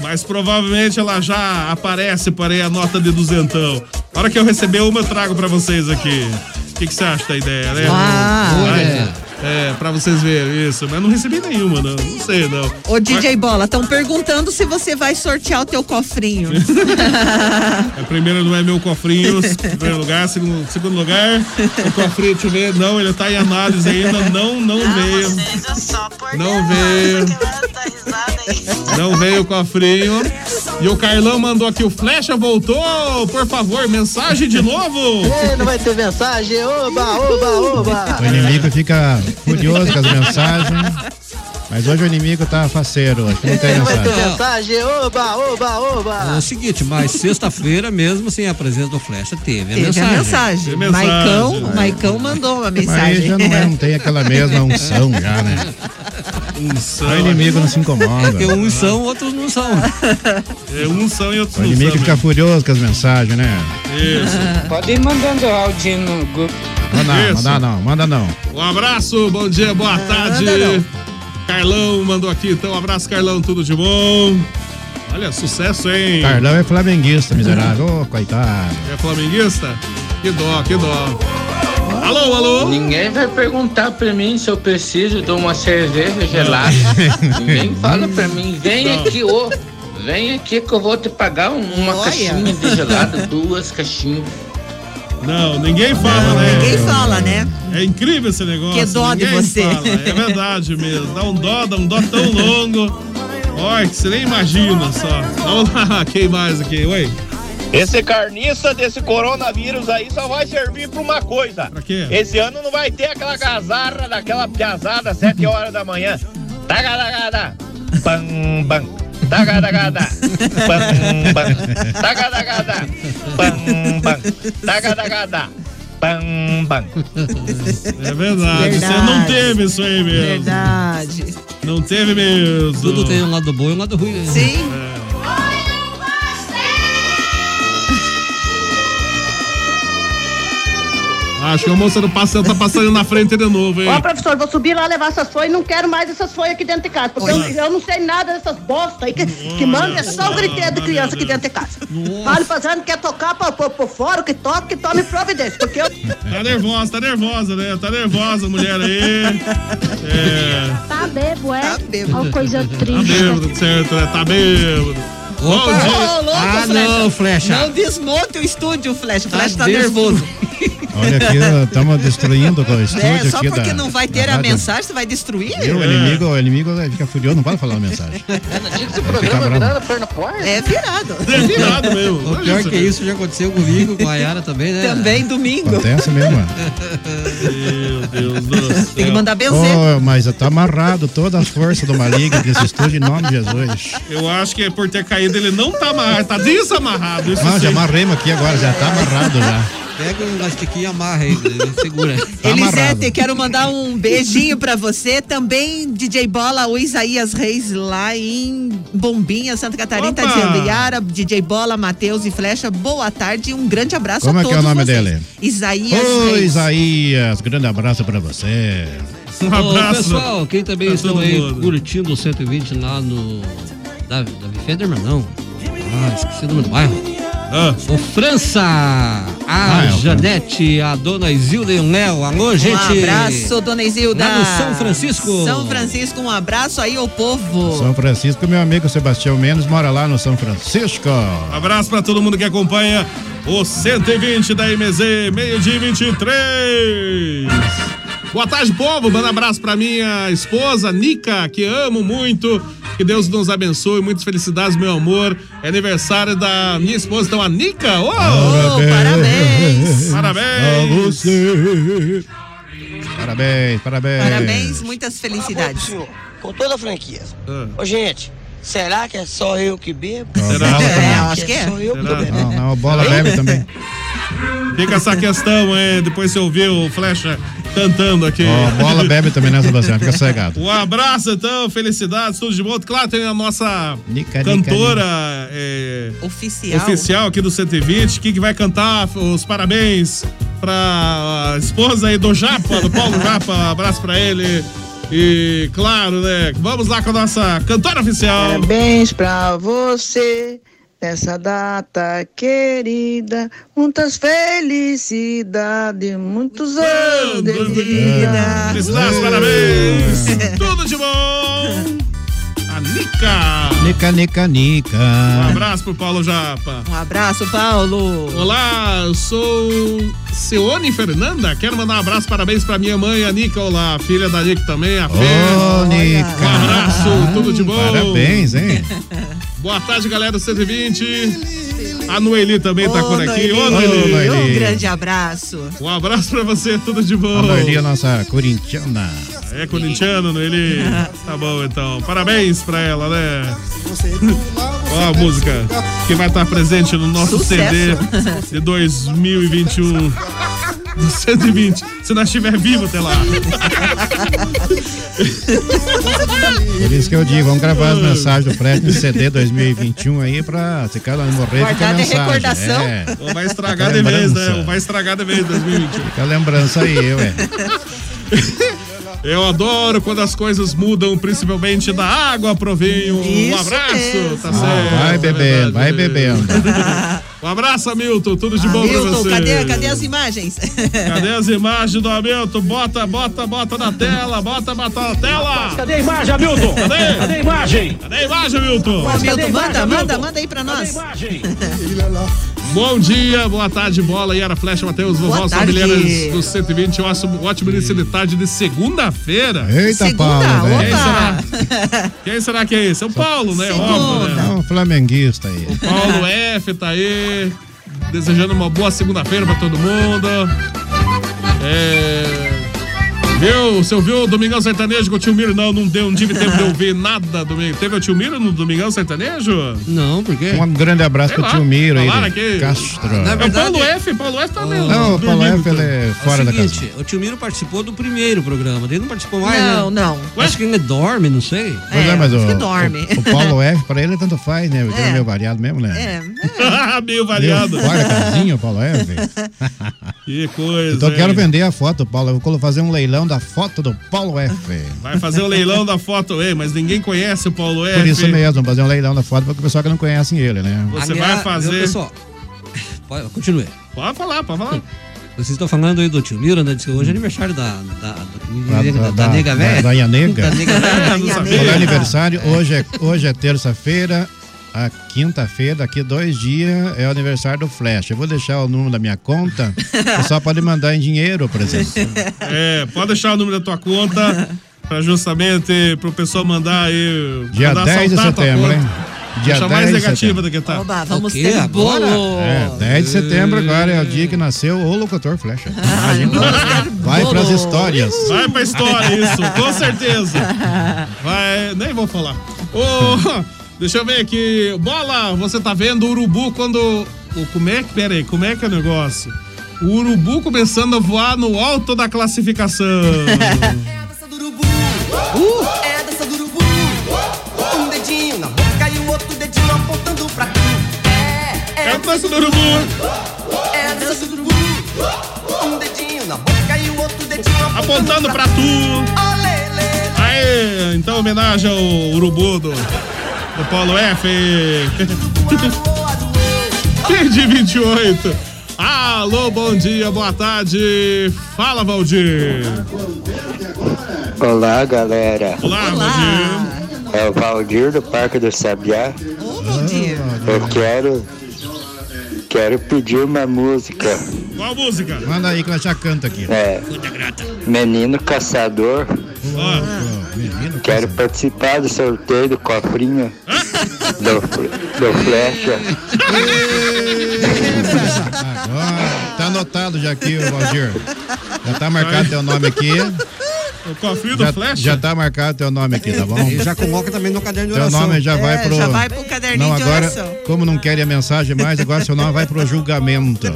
[SPEAKER 2] Mas provavelmente ela já aparece, porém, a nota de duzentão. A hora que eu receber uma, eu trago pra vocês aqui. O que, que você acha da ideia, né?
[SPEAKER 6] Ah,
[SPEAKER 2] Vai.
[SPEAKER 5] é.
[SPEAKER 2] É, pra vocês verem isso. Mas não recebi nenhuma, não. Não sei, não.
[SPEAKER 6] Ô DJ Bola, estão perguntando se você vai sortear o teu cofrinho.
[SPEAKER 2] A primeira não é meu cofrinho, em primeiro lugar, segundo, segundo lugar, o cofrinho, deixa eu ver, não, ele tá em análise ainda, não, não veio. Não veio. Não veio o cofrinho. E o Carlão mandou aqui, o Flecha voltou, por favor, mensagem de novo.
[SPEAKER 13] Ei, não vai ter mensagem? Oba, oba, oba!
[SPEAKER 9] O inimigo fica furioso com as mensagens. Mas hoje o inimigo tá faceiro, hoje não tem
[SPEAKER 13] Ei, não vai ter
[SPEAKER 9] mensagem.
[SPEAKER 13] mensagem? Oba, oba,
[SPEAKER 5] É
[SPEAKER 13] oba!
[SPEAKER 5] o seguinte, mas sexta-feira, mesmo sem a presença do Flecha, teve a
[SPEAKER 6] Teve a
[SPEAKER 5] mensagem.
[SPEAKER 6] mensagem.
[SPEAKER 5] Teve a
[SPEAKER 6] Maicão,
[SPEAKER 5] mensagem, né?
[SPEAKER 6] Maicão mandou uma
[SPEAKER 9] Mas aí
[SPEAKER 6] mensagem.
[SPEAKER 9] já não, é, não tem aquela mesma unção já, né?
[SPEAKER 2] Unção.
[SPEAKER 9] O inimigo não se incomoda.
[SPEAKER 5] Porque É, uns são, outros não são.
[SPEAKER 2] É, uns são né? e outros
[SPEAKER 9] O inimigo fica furioso com as mensagens, né?
[SPEAKER 14] Pode ir mandando áudio no grupo.
[SPEAKER 9] Manda, manda não, manda não.
[SPEAKER 2] Um abraço, bom dia, boa tarde.
[SPEAKER 9] não, não.
[SPEAKER 2] Carlão mandou aqui, então um abraço, Carlão, tudo de bom. Olha, sucesso, hein?
[SPEAKER 9] Carlão é flamenguista, miserável. Ô, coitado.
[SPEAKER 2] É flamenguista? Que dó, que dó. Alô, alô?
[SPEAKER 11] Ninguém vai perguntar pra mim se eu preciso de uma cerveja gelada. Ninguém fala pra mim, vem
[SPEAKER 14] Não.
[SPEAKER 11] aqui, ô. Vem aqui que eu vou te pagar um- uma
[SPEAKER 14] Olha.
[SPEAKER 11] caixinha de gelada, duas caixinhas.
[SPEAKER 2] Não, ninguém fala, né?
[SPEAKER 6] Ninguém fala, né?
[SPEAKER 2] É incrível esse negócio.
[SPEAKER 6] Que dó de
[SPEAKER 2] ninguém
[SPEAKER 6] você.
[SPEAKER 2] fala, É verdade mesmo. Dá um dó, dá um dó tão longo. Olha, que você nem imagina só. Vamos lá, quem mais aqui? Oi.
[SPEAKER 15] Esse carniça desse coronavírus aí só vai servir pra uma coisa.
[SPEAKER 2] quê?
[SPEAKER 15] Esse ano não vai ter aquela gazarra daquela piazada às 7 horas da manhã. Tagadagada! Bam, bam! Tagadagada! Bam, bam! Tagadagada! Bam, bam! Tagadagada! Bam, bam!
[SPEAKER 2] É verdade. Você não teve É isso aí mesmo.
[SPEAKER 6] Verdade.
[SPEAKER 2] Não teve mesmo.
[SPEAKER 5] Tudo tem um lado bom e um lado ruim. né?
[SPEAKER 6] Sim.
[SPEAKER 2] Acho que a moça do passeio tá passando na frente de novo, hein?
[SPEAKER 7] Ó, professor, vou subir lá levar essas folhas, não quero mais essas folhas aqui dentro de casa, porque eu, eu não sei nada dessas bosta aí que, que manda é só o griteiro de criança aqui dentro de casa. Falo fazendo quer tocar pra, pra, pra fora, que toque, que tome providência, porque eu...
[SPEAKER 2] Tá nervosa, tá nervosa, né? Tá nervosa a mulher aí. É.
[SPEAKER 10] Tá bebo, é? Tá bebo. Uma coisa
[SPEAKER 2] Tá
[SPEAKER 10] triste.
[SPEAKER 2] bêbado, certo, né? Tá bêbado. Bom dia. Ah,
[SPEAKER 6] Ô, louco,
[SPEAKER 9] Ah,
[SPEAKER 6] Flecha. Não desmonte o estúdio, Flecha. O Flecha tá nervoso.
[SPEAKER 9] Olha aqui, estamos destruindo o estúdio
[SPEAKER 6] É, só
[SPEAKER 9] aqui
[SPEAKER 6] porque
[SPEAKER 9] da-
[SPEAKER 6] não vai ter
[SPEAKER 9] da
[SPEAKER 6] a
[SPEAKER 9] rádio.
[SPEAKER 6] mensagem, você vai destruir?
[SPEAKER 9] Viu? O inimigo, o inimigo fica furioso, não pode falar a mensagem.
[SPEAKER 11] Esse
[SPEAKER 9] Fica
[SPEAKER 11] É. programa
[SPEAKER 9] bravo.
[SPEAKER 11] virado a perna pro ar?
[SPEAKER 6] É virado. é
[SPEAKER 2] É virado mesmo.
[SPEAKER 5] O pior
[SPEAKER 6] né?
[SPEAKER 5] que isso já aconteceu comigo, com a Yara também,
[SPEAKER 9] É.
[SPEAKER 5] né?
[SPEAKER 6] Também domingo.
[SPEAKER 9] Acontece mesmo. é. ó.
[SPEAKER 2] Meu Deus do céu.
[SPEAKER 6] Tem que mandar benzer.
[SPEAKER 9] Oh, mas tá amarrado toda a força do maligno nesse estúdio em nome de Jesus.
[SPEAKER 2] Eu acho que é por ter caído, ele não tá amarrado, tá desamarrado. Isso
[SPEAKER 9] Não, já
[SPEAKER 2] sim.
[SPEAKER 9] amarremos aqui agora, já tá amarrado já.
[SPEAKER 5] Pega um plastiquinho e amarra aí, né? segura.
[SPEAKER 9] tá
[SPEAKER 6] Elisete, quero mandar um beijinho pra você. Também, DJ Bola, o Isaías Reis, lá em Bombinha, Santa Catarina, tá
[SPEAKER 9] Opa!
[SPEAKER 6] dizendo. Yara, DJ Bola, Matheus e Flecha, boa tarde e um grande abraço
[SPEAKER 9] Como
[SPEAKER 6] a
[SPEAKER 9] é que
[SPEAKER 6] todos
[SPEAKER 9] é o nome
[SPEAKER 6] vocês.
[SPEAKER 9] dele?
[SPEAKER 6] Isaías
[SPEAKER 9] Ô
[SPEAKER 6] Reis.
[SPEAKER 9] Isaías, grande abraço pra você.
[SPEAKER 5] Um abraço. pessoal, quem também estão aí curtindo o 120 lá no. Davi, Davi Federman, não. Ah, esqueci o nome do bairro. O França, a
[SPEAKER 6] Ah, é o
[SPEAKER 5] Janete, a dona Isilda e o Léo. Alô, gente.
[SPEAKER 6] Um abraço, dona Isilda.
[SPEAKER 5] Lá no São Francisco.
[SPEAKER 6] São Francisco, um abraço aí ao povo.
[SPEAKER 9] São Francisco, meu amigo Sebastião Menos mora lá no São Francisco.
[SPEAKER 2] Abraço pra todo mundo que acompanha o 120 da MZ, meio-dia e 23. Boa tarde, povo. Manda abraço pra minha esposa, Nica, que amo muito. Que Deus nos abençoe. Muitas felicidades, meu amor. É aniversário da minha esposa, então, a Nica. Oh,
[SPEAKER 9] parabéns.
[SPEAKER 2] Parabéns.
[SPEAKER 9] A você. Parabéns, parabéns.
[SPEAKER 6] Parabéns, muitas felicidades.
[SPEAKER 13] Com toda a franqueza. Ô, gente, será que é só eu que bebo?
[SPEAKER 2] Será?
[SPEAKER 6] É, eu acho que é.
[SPEAKER 9] Não, não, bola leve também.
[SPEAKER 2] Fica essa questão, é, depois você ouviu o Flecha cantando aqui.
[SPEAKER 9] Ó, bola bebe também, né, Sebastião? Fica sossegado.
[SPEAKER 2] Um abraço, então, felicidades, tudo de bom. Claro, tem a nossa cantora é,
[SPEAKER 6] Oficial.
[SPEAKER 2] oficial aqui do 120, que, que vai cantar os parabéns pra esposa aí do Japa, do Paulo Japa. Um Abraço pra ele. E, claro, né, vamos lá com a nossa cantora oficial.
[SPEAKER 13] Parabéns pra você.
[SPEAKER 16] Nessa data querida, muitas felicidades, muitos
[SPEAKER 14] Tá
[SPEAKER 16] anos de
[SPEAKER 2] É.
[SPEAKER 16] vida.
[SPEAKER 2] Felicidades, parabéns!
[SPEAKER 6] É.
[SPEAKER 2] Tudo de bom! A Nica!
[SPEAKER 9] Nica, nica, nica.
[SPEAKER 2] Um abraço pro Paulo Japa.
[SPEAKER 6] Um abraço, Paulo.
[SPEAKER 2] Olá, eu sou Seone Fernanda. Quero mandar um abraço, parabéns pra minha mãe, a Nica. Olá, filha da Nica também, a Fê.
[SPEAKER 9] Ô,
[SPEAKER 2] Um
[SPEAKER 9] Nica.
[SPEAKER 2] abraço, tudo de bom.
[SPEAKER 9] Parabéns, hein?
[SPEAKER 2] Boa tarde, galera do 120. A Noeli também tá por aqui. Ô, Noeli.
[SPEAKER 6] Um grande abraço.
[SPEAKER 2] Um abraço pra você, tudo de bom.
[SPEAKER 9] A Noeli, a nossa corintiana.
[SPEAKER 2] É corintiano, Noeli? Tá bom, então. Parabéns pra ela, né? Ó a música que vai estar presente no nosso
[SPEAKER 1] Sucesso.
[SPEAKER 2] CD de 2021. Do 120, se nós estiver vivo até lá.
[SPEAKER 9] Por isso que eu digo, vamos gravar as mensagens do prédio do CD 2021 aí pra se cada um morrer fica a mensagem. É.
[SPEAKER 2] Ou vai estragar de vez, né?
[SPEAKER 9] Lembrança.
[SPEAKER 2] Ou vai estragar de vez 2021.
[SPEAKER 9] Fica a lembrança aí, é. ué.
[SPEAKER 2] Eu adoro quando as coisas mudam, principalmente da água pro vinho. Um abraço, tá certo.
[SPEAKER 9] Ah, Vai bebendo, vai bebendo.
[SPEAKER 2] Um abraço, Hamilton. Tudo de bom pra
[SPEAKER 6] Milton,
[SPEAKER 2] você.
[SPEAKER 6] cadê, cadê as imagens?
[SPEAKER 2] Cadê as imagens do Hamilton? Bota, bota, bota na tela, bota, bota na tela.
[SPEAKER 6] Cadê a imagem, Hamilton?
[SPEAKER 2] Cadê?
[SPEAKER 6] Cadê a imagem?
[SPEAKER 2] Cadê a imagem, Hamilton?
[SPEAKER 6] Ô, Hamilton, manda, manda, manda aí pra nós.
[SPEAKER 2] Bom dia, boa tarde, bola. Yara Flecha, Matheus,
[SPEAKER 6] Boa
[SPEAKER 2] vovó,
[SPEAKER 6] tarde.
[SPEAKER 2] familiares do 120. Ótimo, ótimo início de tarde de segunda-feira.
[SPEAKER 9] Eita, Segunda, Paulo, velho.
[SPEAKER 2] Quem será? Quem será que é esse? São Paulo, né? Óbvio, né?
[SPEAKER 9] É um flamenguista aí.
[SPEAKER 2] Paulo F tá aí, desejando uma boa segunda-feira pra todo mundo. É... Viu? Você ouviu o Domingão Sertanejo com o Tio Miro? Não, não deu, não tive tempo de ouvir nada domingo. Teve o Tio Miro no Domingão Sertanejo?
[SPEAKER 5] Não, por quê?
[SPEAKER 9] Um grande abraço
[SPEAKER 2] Sei
[SPEAKER 9] pro
[SPEAKER 2] lá,
[SPEAKER 9] tio Miro aí. né?
[SPEAKER 2] falaram
[SPEAKER 9] do
[SPEAKER 2] aqui.
[SPEAKER 9] Castro.
[SPEAKER 2] É o Paulo F, Paulo F tá mesmo.
[SPEAKER 9] Não, o Paulo
[SPEAKER 2] dormindo.
[SPEAKER 9] F, ele é fora
[SPEAKER 5] é o
[SPEAKER 9] da casa.
[SPEAKER 5] seguinte, O tio Miro participou do primeiro programa, daí não participou mais,
[SPEAKER 6] Não,
[SPEAKER 5] né?
[SPEAKER 6] não.
[SPEAKER 5] Acho que ele dorme, não sei.
[SPEAKER 9] Pois é, mas o,
[SPEAKER 5] que
[SPEAKER 9] o, o Paulo F, pra ele tanto faz, né? Porque ele é meio variado mesmo, né?
[SPEAKER 6] É.
[SPEAKER 2] Meio
[SPEAKER 9] Variado. Fora da casinha, o Paulo F.
[SPEAKER 2] Que coisa.
[SPEAKER 9] Então eu quero
[SPEAKER 2] hein?
[SPEAKER 9] vender a foto, Paulo. Eu vou fazer um leilão da foto do Paulo F.
[SPEAKER 2] Vai fazer o leilão da foto, ei, mas ninguém conhece o Paulo F.
[SPEAKER 9] Por isso mesmo, vamos fazer um leilão da foto para o pessoal que não conhece ele, né?
[SPEAKER 2] Você vai fazer.
[SPEAKER 5] Pode, continue.
[SPEAKER 2] Pode falar, pode falar.
[SPEAKER 5] Vocês estão falando aí do tio Miro, né? Diz que hoje é aniversário da, da, da, da, da
[SPEAKER 9] da,
[SPEAKER 5] nega velha.
[SPEAKER 9] da Ia Nega.
[SPEAKER 5] Da nega velha.
[SPEAKER 9] Falou é aniversário, hoje é, hoje é terça-feira, a quinta-feira, daqui dois dias é o aniversário do Flash. Eu vou deixar o número da minha conta, o pessoal pode mandar em dinheiro, por exemplo.
[SPEAKER 2] É, pode deixar o número da tua conta pra justamente pro pessoal mandar aí.
[SPEAKER 9] Dia
[SPEAKER 2] mandar
[SPEAKER 9] 10 de
[SPEAKER 2] assaltar a tua
[SPEAKER 9] setembro,
[SPEAKER 2] conta.
[SPEAKER 9] hein? Dia
[SPEAKER 2] Deixa mais
[SPEAKER 9] 10 de setembro.
[SPEAKER 2] negativa do que tá.
[SPEAKER 6] Oba, vamos
[SPEAKER 9] quê?
[SPEAKER 6] ter um
[SPEAKER 9] Agora?
[SPEAKER 6] bolo.
[SPEAKER 9] É, 10 de setembro agora é o dia que nasceu o locutor Flecha.
[SPEAKER 6] Ah,
[SPEAKER 9] A gente
[SPEAKER 6] é
[SPEAKER 9] vai pras histórias.
[SPEAKER 2] Vai pra história, isso, com certeza. Vai, nem vou falar. Ô, deixa eu ver aqui. Bola, você tá vendo o urubu quando. o- como é que. Pera aí, como é que é o negócio? O urubu começando a voar no alto da classificação.
[SPEAKER 1] É a dança do urubu. Um dedinho na boca e o outro dedinho apontando pra ti. É, é a dança do urubu. É a dança do urubu. Um dedinho na boca e o outro dedinho
[SPEAKER 2] Apontando pra tu. Aê, então homenagem ao urubu do, do Paulo F. Perdi 28. Alô, bom dia, boa tarde. Fala, Valdir.
[SPEAKER 12] Olá, galera.
[SPEAKER 2] Olá,
[SPEAKER 12] Valdir. É o Valdir do Parque do Sabiá.
[SPEAKER 6] Um
[SPEAKER 12] Eu quero, quero pedir uma música.
[SPEAKER 2] Qual música?
[SPEAKER 9] Manda aí que ela já canta aqui.
[SPEAKER 12] É, Menino Caçador. Quero participar do sorteio do cofrinho do, do Flecha.
[SPEAKER 9] Agora, tá anotado já aqui, ô Valdir. Já tá marcado teu nome aqui.
[SPEAKER 2] O cofrinho
[SPEAKER 9] já, Já tá marcado teu nome aqui, tá bom?
[SPEAKER 5] E já coloca também no caderno de
[SPEAKER 9] Teu
[SPEAKER 5] oração. É,
[SPEAKER 9] nome já
[SPEAKER 6] É,
[SPEAKER 9] vai pro.
[SPEAKER 6] caderninho
[SPEAKER 9] não,
[SPEAKER 6] de
[SPEAKER 9] agora,
[SPEAKER 6] oração.
[SPEAKER 9] Como não querem a mensagem mais, agora seu nome vai pro julgamento.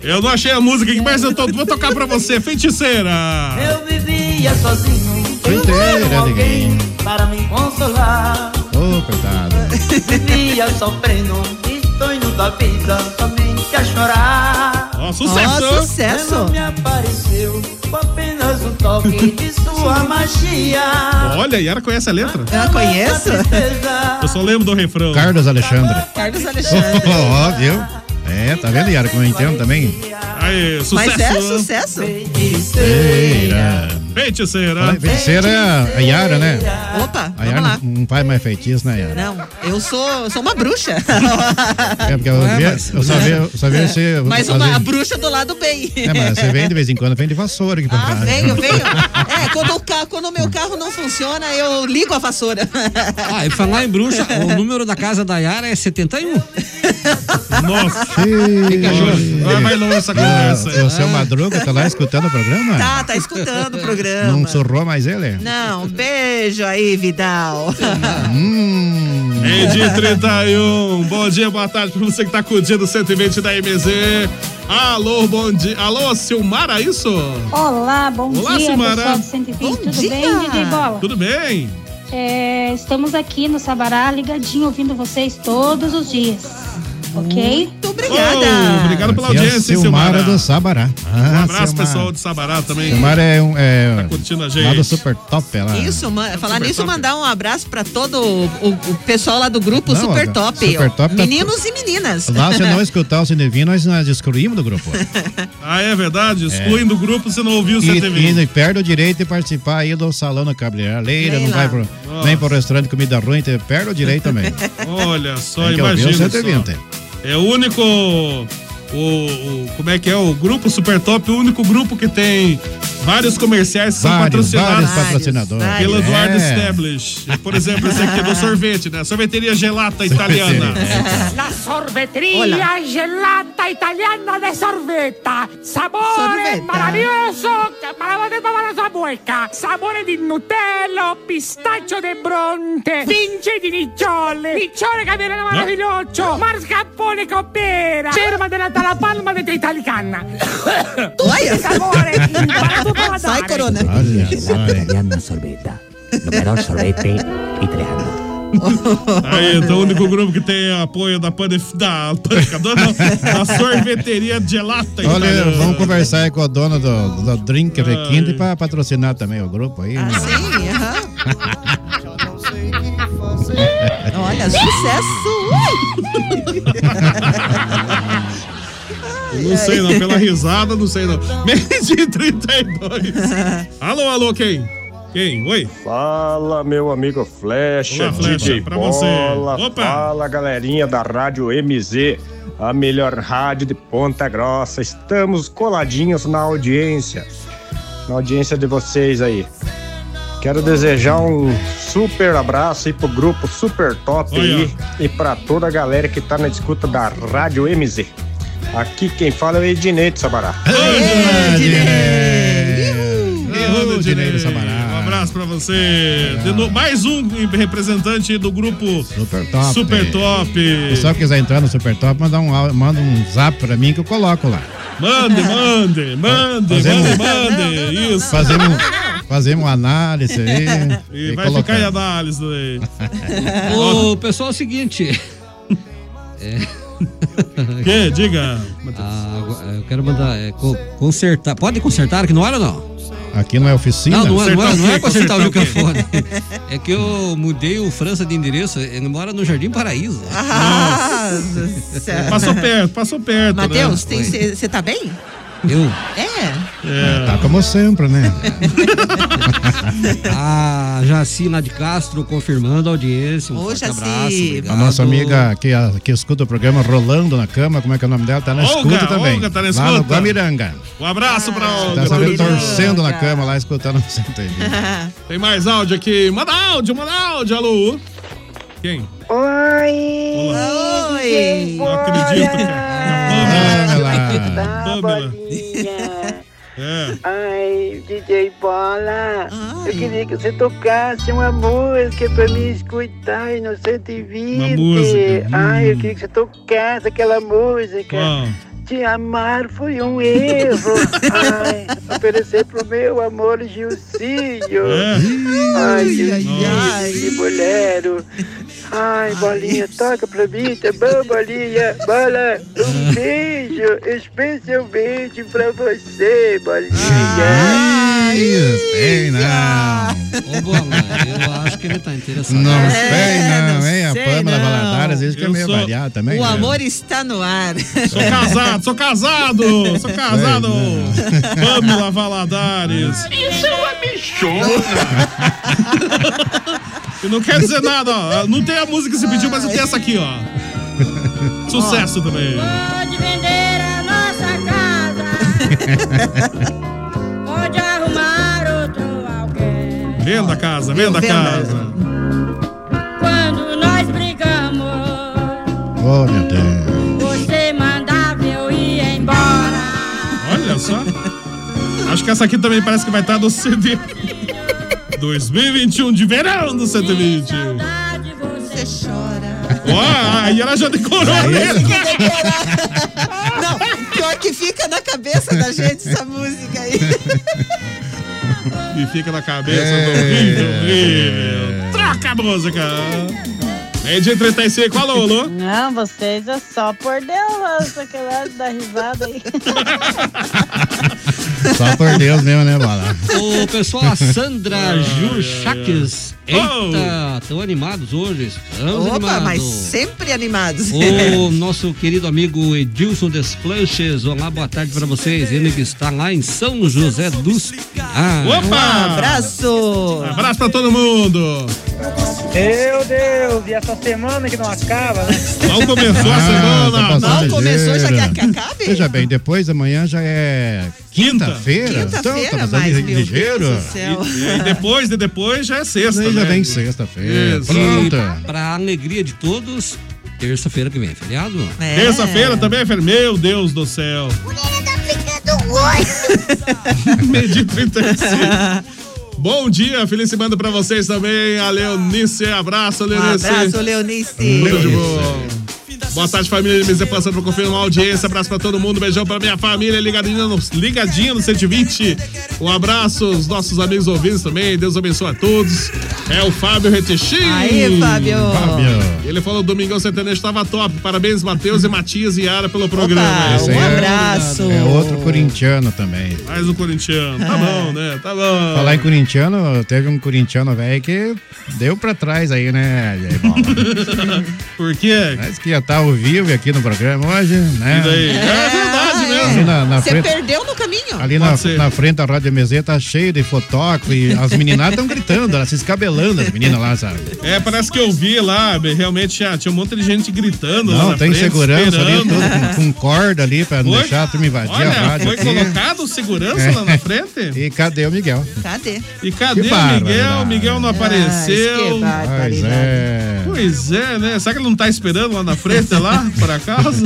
[SPEAKER 2] Eu não achei a música, mas eu tô, vou tocar pra você, feiticeira.
[SPEAKER 1] Eu vivia sozinho.
[SPEAKER 9] Inteira,
[SPEAKER 1] procurando
[SPEAKER 9] ninguém.
[SPEAKER 1] alguém para me consolar.
[SPEAKER 9] Ô, coitado.
[SPEAKER 1] Vivia Um sofrendo, estonho da vida, somente a chorar.
[SPEAKER 2] Ó,
[SPEAKER 9] sucesso. Ó,
[SPEAKER 1] Ela
[SPEAKER 9] sucesso.
[SPEAKER 1] me apareceu com apenas um
[SPEAKER 17] toque de sua magia.
[SPEAKER 2] Olha, Yara conhece a letra.
[SPEAKER 6] Eu conheço.
[SPEAKER 2] Eu só lembro do refrão.
[SPEAKER 9] Carlos Alexandre.
[SPEAKER 6] Carlos Alexandre.
[SPEAKER 9] Ó, viu? É, tá vendo, Yara, como eu entendo também?
[SPEAKER 2] Aí, sucesso.
[SPEAKER 6] Mas é sucesso. assim,
[SPEAKER 9] Feira.
[SPEAKER 2] Feiticeira.
[SPEAKER 9] Feiticeira é a Yara, né?
[SPEAKER 6] Opa,
[SPEAKER 9] A Yara
[SPEAKER 6] vamos lá.
[SPEAKER 9] não não faz mais feitiço, né, Yara?
[SPEAKER 6] Não, eu sou, sou uma bruxa.
[SPEAKER 9] É, porque eu, vi- eu só vi, eu só
[SPEAKER 2] É.
[SPEAKER 9] vi você.
[SPEAKER 6] Mas uma
[SPEAKER 9] fazer-
[SPEAKER 6] a bruxa do lado bem.
[SPEAKER 9] É, mas você vem de vez em quando, vem de vassoura aqui pra cá.
[SPEAKER 6] Ah, Venho, venho. É, quando o, carro, quando o meu carro não funciona, eu ligo a vassoura.
[SPEAKER 5] Ah, e falar em bruxa, o número da casa da Yara é 71.
[SPEAKER 2] Nossa.
[SPEAKER 5] Fica junto.
[SPEAKER 2] Vai mais longe essa conversa.
[SPEAKER 9] O seu Madruga tá lá escutando o programa?
[SPEAKER 6] Tá, tá escutando o programa.
[SPEAKER 9] Não surrou mais ele?
[SPEAKER 6] Não, beijo aí, Vidal.
[SPEAKER 9] Hum,
[SPEAKER 2] Meio dia e 31. Bom dia, boa tarde pra você que tá curtindo o 120 da MZ. Alô, bom dia. Alô, Silmara, é isso?
[SPEAKER 10] Olá, bom
[SPEAKER 2] Olá,
[SPEAKER 10] dia,
[SPEAKER 2] Silmara.
[SPEAKER 10] pessoal do 120. Tudo
[SPEAKER 6] dia.
[SPEAKER 10] bem, DJ Ah, Bola?
[SPEAKER 2] Tudo bem?
[SPEAKER 10] É, estamos aqui no Sabará, ligadinho, ouvindo vocês todos os dias. Ok?
[SPEAKER 6] Muito
[SPEAKER 2] Oh, obrigado pela
[SPEAKER 9] Aqui é a
[SPEAKER 2] audiência, hein,
[SPEAKER 9] Silmara
[SPEAKER 2] Silmara.
[SPEAKER 9] do Sabará. Ah,
[SPEAKER 2] Um abraço, pessoal de Sabará também.
[SPEAKER 9] Silmara é um. É,
[SPEAKER 2] Tá curtindo a gente.
[SPEAKER 9] Lá do Super Top, ela.
[SPEAKER 6] Isso, ma- falar nisso, mandar um abraço pra todo o, o- o pessoal lá do grupo
[SPEAKER 9] Não,
[SPEAKER 6] Super
[SPEAKER 9] ó,
[SPEAKER 6] Top.
[SPEAKER 9] Super Top tá-
[SPEAKER 6] Meninos e meninas.
[SPEAKER 9] Lá, se não escutar o Cinevinho, nós, nós excluímos do grupo.
[SPEAKER 2] Ah, é verdade? Excluem do grupo se não ouviu o
[SPEAKER 9] E,
[SPEAKER 2] 120.
[SPEAKER 9] e perde o direito de participar aí do salão na cabeleireira,
[SPEAKER 2] Sei
[SPEAKER 9] não
[SPEAKER 2] lá.
[SPEAKER 9] vai pro, nem pro restaurante de comida ruim, te- perde o direito também.
[SPEAKER 2] Tá Olha só,
[SPEAKER 9] Tem que ouvir o
[SPEAKER 2] imagina.
[SPEAKER 9] 120.
[SPEAKER 2] Só. É o único. O, o- como é que é? O grupo Super Top, o único grupo que tem vários comerciais que são
[SPEAKER 9] Vários,
[SPEAKER 2] patrocinados.
[SPEAKER 9] vários patrocinadores.
[SPEAKER 2] Pelo Eduardo
[SPEAKER 9] É.
[SPEAKER 2] Stablish. Por exemplo, esse aqui é do sorvete, né? Sorveteria gelata italiana.
[SPEAKER 18] La sorbeteria gelata italiana de sorbetta. Sapore
[SPEAKER 1] Sorbetta.
[SPEAKER 18] maravilloso, para de la sua bocca. Sapore di Nutello, pistaccio de bronte, vince di niciole, niciole camerano maraviglioso, mascarpone con pera, cerma della dalla palma di Italicana.
[SPEAKER 6] Olha.
[SPEAKER 18] Sapore, imparato paladare.
[SPEAKER 6] Sai, Corona.
[SPEAKER 19] italiana sorbeta. Lo melhor sorvete italiano.
[SPEAKER 2] Aí, então, o único grupo que tem apoio da panif... da panificadora, não, da sorveteria gelata
[SPEAKER 9] Olha,
[SPEAKER 2] italiana.
[SPEAKER 9] vamos conversar aí com a dona do, do Drink Requinte pra patrocinar também o grupo aí. né?
[SPEAKER 6] Ah, Sim, aham. Olha, sucesso!
[SPEAKER 2] Não sei não, pela risada, não sei não. Meio de 32. Alô, alô, quem? Quem? Oi?
[SPEAKER 20] Fala, meu amigo Flecha,
[SPEAKER 2] Olá, Flecha,
[SPEAKER 20] DJ
[SPEAKER 2] pra você.
[SPEAKER 20] Bola,
[SPEAKER 2] Opa.
[SPEAKER 20] fala galerinha da Rádio MZ, a melhor rádio de Ponta Grossa. Estamos coladinhos na audiência, na audiência de vocês aí. Quero desejar um super abraço aí pro grupo Super Top aí e pra toda a galera que tá na escuta da Rádio MZ. Aqui quem fala é o Edinei de Sabará.
[SPEAKER 2] Errando o Dineiro Sabará. Um abraço pra você. De novo, mais um representante do grupo Super
[SPEAKER 9] Top.
[SPEAKER 2] Super Top.
[SPEAKER 9] Se o pessoal quiser entrar no Super Top, manda um, au- manda um zap pra mim que eu coloco lá. um-
[SPEAKER 2] Mande, mande, mande,
[SPEAKER 9] Fazemos-
[SPEAKER 2] mande, mande. Isso.
[SPEAKER 9] Fazemos, fazemos um- uma análise aí.
[SPEAKER 2] E vai ficar em análise aí.
[SPEAKER 5] Ô, pessoal, é o seguinte. É.
[SPEAKER 2] Que? Diga,
[SPEAKER 5] Ah, eu quero mandar é, co- consertar. Pode consertar aqui no ar ou não?
[SPEAKER 9] Aqui não é oficina?
[SPEAKER 5] Não, não é, não é, não é
[SPEAKER 9] Consertar
[SPEAKER 5] consertar
[SPEAKER 9] o
[SPEAKER 5] o
[SPEAKER 9] quê? Consertar
[SPEAKER 5] microfone. É que eu mudei o França de endereço. Ele mora no Jardim Paraíso.
[SPEAKER 6] Ah,
[SPEAKER 2] Passou perto, passou perto.
[SPEAKER 9] né?
[SPEAKER 6] Matheus,
[SPEAKER 5] Oi.
[SPEAKER 6] você tá bem?
[SPEAKER 5] Eu?
[SPEAKER 6] É.
[SPEAKER 9] É, Tá como sempre, né?
[SPEAKER 5] A Ah, Jaci lá de Castro confirmando a audiência. Um
[SPEAKER 6] Ô,
[SPEAKER 5] forte
[SPEAKER 6] Jaci.
[SPEAKER 5] abraço.
[SPEAKER 9] A
[SPEAKER 5] obrigado.
[SPEAKER 2] Tá
[SPEAKER 9] nossa amiga que, a- que escuta o programa Rolando na Cama, como é que é o nome dela? Tá na
[SPEAKER 2] Olga,
[SPEAKER 9] escuta também.
[SPEAKER 2] Olga tá na
[SPEAKER 9] Lá no
[SPEAKER 2] escuta.
[SPEAKER 9] Guamiranga.
[SPEAKER 2] Um abraço pra
[SPEAKER 9] Tá
[SPEAKER 2] Olga.
[SPEAKER 9] sabendo,
[SPEAKER 2] Guamiranga.
[SPEAKER 9] torcendo na cama lá, escutando o CTV.
[SPEAKER 2] Tem mais áudio aqui. Manda áudio, manda áudio, alô. Quem?
[SPEAKER 21] Oi!
[SPEAKER 6] Oi!
[SPEAKER 2] Não acredito.
[SPEAKER 21] Tá, bolinha!
[SPEAKER 2] É.
[SPEAKER 21] Ai, DJ Bola! Eu queria que você tocasse uma música pra mim escutar aí no 120.
[SPEAKER 1] Uma música,
[SPEAKER 21] Ai, eu
[SPEAKER 1] hum.
[SPEAKER 21] queria que você tocasse aquela música.
[SPEAKER 1] Qual?
[SPEAKER 21] Te amar foi um erro. Ai, oferecer pro meu amor Gilcinho. Ai, Gilcinho, que mulher. Ai, bolinha, toca pra mim, tá bom, bolinha? Bola, um beijo, especialmente pra você, bolinha.
[SPEAKER 9] tem não.
[SPEAKER 5] Ô, Bola, eu acho que ele tá interessado.
[SPEAKER 9] Não
[SPEAKER 5] É,
[SPEAKER 9] sei, não,
[SPEAKER 5] não
[SPEAKER 9] hein? A
[SPEAKER 5] sei,
[SPEAKER 9] Pâmela
[SPEAKER 5] não.
[SPEAKER 9] Valadares, às vezes que é
[SPEAKER 5] Eu
[SPEAKER 9] meio
[SPEAKER 5] sou-
[SPEAKER 9] variado também.
[SPEAKER 6] O
[SPEAKER 9] né?
[SPEAKER 6] amor está no ar.
[SPEAKER 2] Sou casado, sou casado, sou casado. Pâmela Valadares.
[SPEAKER 1] Isso é uma
[SPEAKER 2] E não quer dizer nada, ó. Não tem a música que você pediu, mas eu tenho essa aqui, ó. Sucesso também.
[SPEAKER 1] Pode vender a nossa casa. Pode arrumar outro alguém.
[SPEAKER 2] Venda a casa, venda a
[SPEAKER 1] Venda.
[SPEAKER 2] casa.
[SPEAKER 1] Quando nós brigamos,
[SPEAKER 9] Oh, meu Deus.
[SPEAKER 1] você mandava eu ir embora.
[SPEAKER 2] Olha só. Acho que essa aqui também parece que vai estar no CD. 2021 de verão do 120.
[SPEAKER 6] Você chora. é
[SPEAKER 2] Ó, aí ela já
[SPEAKER 9] é
[SPEAKER 2] decorou a letra.
[SPEAKER 6] Não, pior que fica na cabeça da gente essa música aí.
[SPEAKER 2] E fica na cabeça
[SPEAKER 1] É.
[SPEAKER 2] do vídeo. horrível. Troca a música. Meio dia 35, alô, alô.
[SPEAKER 22] Não, vocês é só por Deus, aquela da risada aí.
[SPEAKER 9] Só por Deus mesmo, né, Bala?
[SPEAKER 5] Ô, pessoal, a Sandra Jurchaques.
[SPEAKER 9] Oh.
[SPEAKER 5] Eita, estão animados hoje. Estamos
[SPEAKER 6] Opa,
[SPEAKER 5] animados.
[SPEAKER 6] mas sempre animados.
[SPEAKER 5] O nosso querido amigo Edilson Desplanches. Olá, boa tarde pra vocês. Ele que está lá em São José dos Pinhais.
[SPEAKER 2] Opa! Um
[SPEAKER 6] abraço!
[SPEAKER 2] Abraço pra todo mundo!
[SPEAKER 23] Meu Deus, e essa semana que não acaba, né?
[SPEAKER 2] Mal começou
[SPEAKER 9] Ah, tá passando
[SPEAKER 23] Mal começou, já
[SPEAKER 1] é
[SPEAKER 2] é
[SPEAKER 9] ligeiro.
[SPEAKER 23] quer que acabe?
[SPEAKER 9] Veja bem, depois amanhã já é quinta-feira. então, tá passando
[SPEAKER 2] mais
[SPEAKER 9] ligeiro.
[SPEAKER 2] E, e depois de depois já é sexta.
[SPEAKER 9] Aí já
[SPEAKER 2] né?
[SPEAKER 9] vem sexta-feira.
[SPEAKER 5] Isso.
[SPEAKER 9] Pronto.
[SPEAKER 5] E pra alegria de todos, terça-feira que vem é feriado.
[SPEAKER 2] Terça-feira também é feriado. Meu Deus do céu. Medi 35. Bom dia, feliz semana pra vocês também. A Leonice, abraço,
[SPEAKER 6] Um
[SPEAKER 2] Leonice.
[SPEAKER 6] abraço, Leonice.
[SPEAKER 2] Tudo de bom. Boa tarde, família MZ passando pra confirmar a audiência. Abraço pra todo mundo, beijão pra minha família, ligadinha no, ligadinha no 120. Um abraço aos nossos amigos ouvintes também. Deus abençoe a todos. É o Fábio Retichin.
[SPEAKER 6] Aí, Fábio. Fábio.
[SPEAKER 2] Ele falou: Domingão Sertanejo estava top. Parabéns, Matheus e Matias e Yara pelo programa.
[SPEAKER 6] um
[SPEAKER 9] Esse aí é- É outro corintiano também.
[SPEAKER 2] Mais um corintiano. Tá bom, né? Tá bom.
[SPEAKER 9] Falar em corintiano, teve um corintiano velho que deu pra trás aí, né? Jay Bola?
[SPEAKER 2] Por quê?
[SPEAKER 9] Mas que ia estar ao vivo aqui no programa hoje, né?
[SPEAKER 2] E daí? É verdade
[SPEAKER 9] Ali na, na
[SPEAKER 6] Ah, Você
[SPEAKER 9] frente,
[SPEAKER 6] perdeu no caminho.
[SPEAKER 9] ali na, na frente da Rádio MZ tá cheio de fotógrafo e as meninadas estão gritando, elas se escabelando, as meninas lá, sabe?
[SPEAKER 2] É, parece que eu vi lá, bem, realmente tinha, tinha um monte de gente gritando. lá
[SPEAKER 9] Não,
[SPEAKER 2] na
[SPEAKER 9] tem
[SPEAKER 2] frente,
[SPEAKER 9] segurança ali,
[SPEAKER 2] esperando.
[SPEAKER 9] todo com, com corda ali pra não
[SPEAKER 2] Foi?
[SPEAKER 9] deixar a turma invadir a
[SPEAKER 2] Olha,
[SPEAKER 9] rádio.
[SPEAKER 2] foi
[SPEAKER 9] aqui. É.
[SPEAKER 2] colocado segurança lá na frente?
[SPEAKER 9] E cadê o Miguel?
[SPEAKER 6] Cadê?
[SPEAKER 2] E cadê
[SPEAKER 9] Que
[SPEAKER 2] o Miguel?
[SPEAKER 9] barbaridade.
[SPEAKER 2] Miguel não apareceu.
[SPEAKER 9] Pois é.
[SPEAKER 2] Pois é, né? Será que ele não tá esperando lá na frente, lá, por acaso?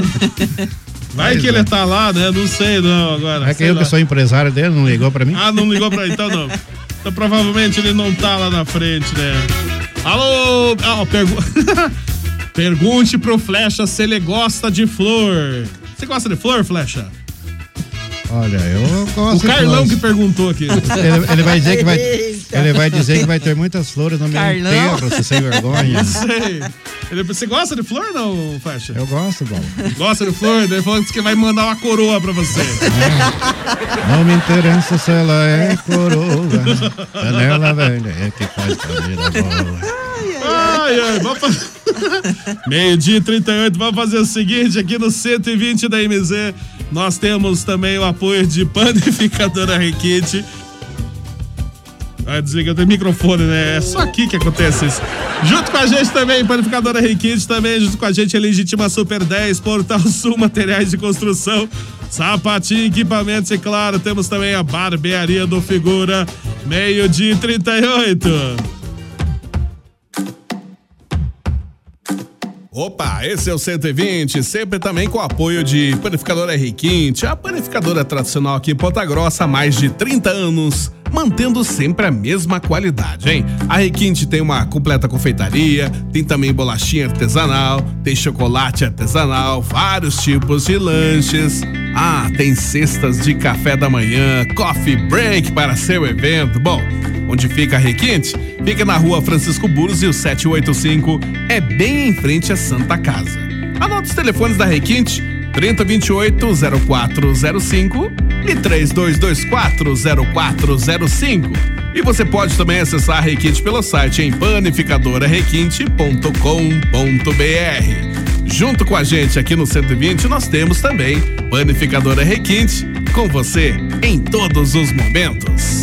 [SPEAKER 2] Vai
[SPEAKER 9] Pois
[SPEAKER 2] que ele tá lá, né? Não sei não agora.
[SPEAKER 9] É que
[SPEAKER 2] sei
[SPEAKER 9] eu
[SPEAKER 2] lá.
[SPEAKER 9] que sou empresário dele, não ligou pra mim?
[SPEAKER 2] Ah, não ligou pra ele, então não. Então provavelmente ele não tá lá na frente, né? Alô! Ah, ó, pergu- Pergunte pro Flecha se ele gosta de flor. Você gosta de flor, Flecha?
[SPEAKER 9] Olha, eu gosto.
[SPEAKER 2] o Carlão
[SPEAKER 9] de
[SPEAKER 2] que perguntou aqui.
[SPEAKER 9] flores. ele, ele vai dizer que vai,
[SPEAKER 2] Eita.
[SPEAKER 9] ele vai dizer que vai ter muitas flores no meu
[SPEAKER 2] Carlão.
[SPEAKER 9] enterro, você sem vergonha.
[SPEAKER 2] Não sei. Ele, você gosta de flor não, Flecha?
[SPEAKER 9] Eu gosto, bom.
[SPEAKER 2] Gosta de flor? Daí falou que vai mandar uma coroa pra você.
[SPEAKER 9] Não me interessa se ela é coroa, panela velha é que faz panela boa.
[SPEAKER 2] Ai, ai, vamos fazer... Meio dia e 38, vamos fazer o seguinte, aqui no 120 da MZ, nós temos também o apoio de Panificadora Requinte. Ah, desliga o microfone, né? É só aqui que acontece isso. Junto com a gente também, Panificadora Requinte também, junto com a gente, Legitima Super 10, Portal Sul Materiais de Construção, Sapatinho, Equipamentos e, claro, temos também a Barbearia do Figura, meio dia e 38. Opa, esse é o 120, sempre também com o apoio de Panificadora Requinte, a panificadora tradicional aqui em Ponta Grossa há mais de 30 anos, mantendo sempre a mesma qualidade, hein? A Requinte tem uma completa confeitaria, tem também bolachinha artesanal, tem chocolate artesanal, vários tipos de lanches. Ah, tem cestas de café da manhã, coffee break para seu evento. Bom, Onde fica a Requinte? Fica na rua Francisco Burros e o 785 é bem em frente à Santa Casa. Anota os telefones da Requinte
[SPEAKER 24] 3028 0405 e 3224 0405. E você pode também acessar a Requinte pelo site em panificadorarequinte.com.br. Junto com a gente aqui no 120, nós temos também Panificadora Requinte, com você em todos os momentos.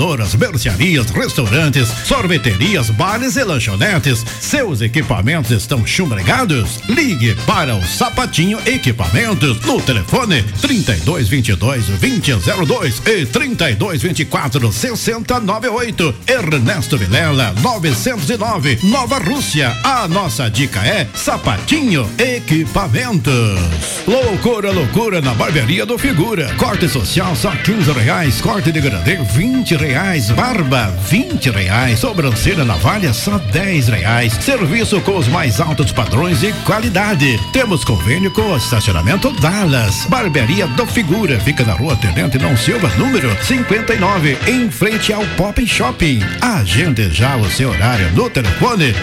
[SPEAKER 9] mercearias, restaurantes, sorveterias, bares e lanchonetes. Seus equipamentos estão chumbregados? Ligue para o Sapatinho Equipamentos no telefone 3222 2002 e 3224 6098. Ernesto Vilela 909, Nova Rússia. A nossa dica é Sapatinho Equipamentos. Loucura, loucura na barbearia do Figura. Corte social só 15 reais. Corte de grandeu 20 reais. Barba 20 reais. Sobrancelha navalha só 10 reais. Serviço com os mais altos padrões e qualidade. Temos convênio com o estacionamento Dallas. Barbearia do Figura. Fica na rua Tenente Não Silva, número 59, em frente ao Pop Shopping. Agende já o seu horário no telefone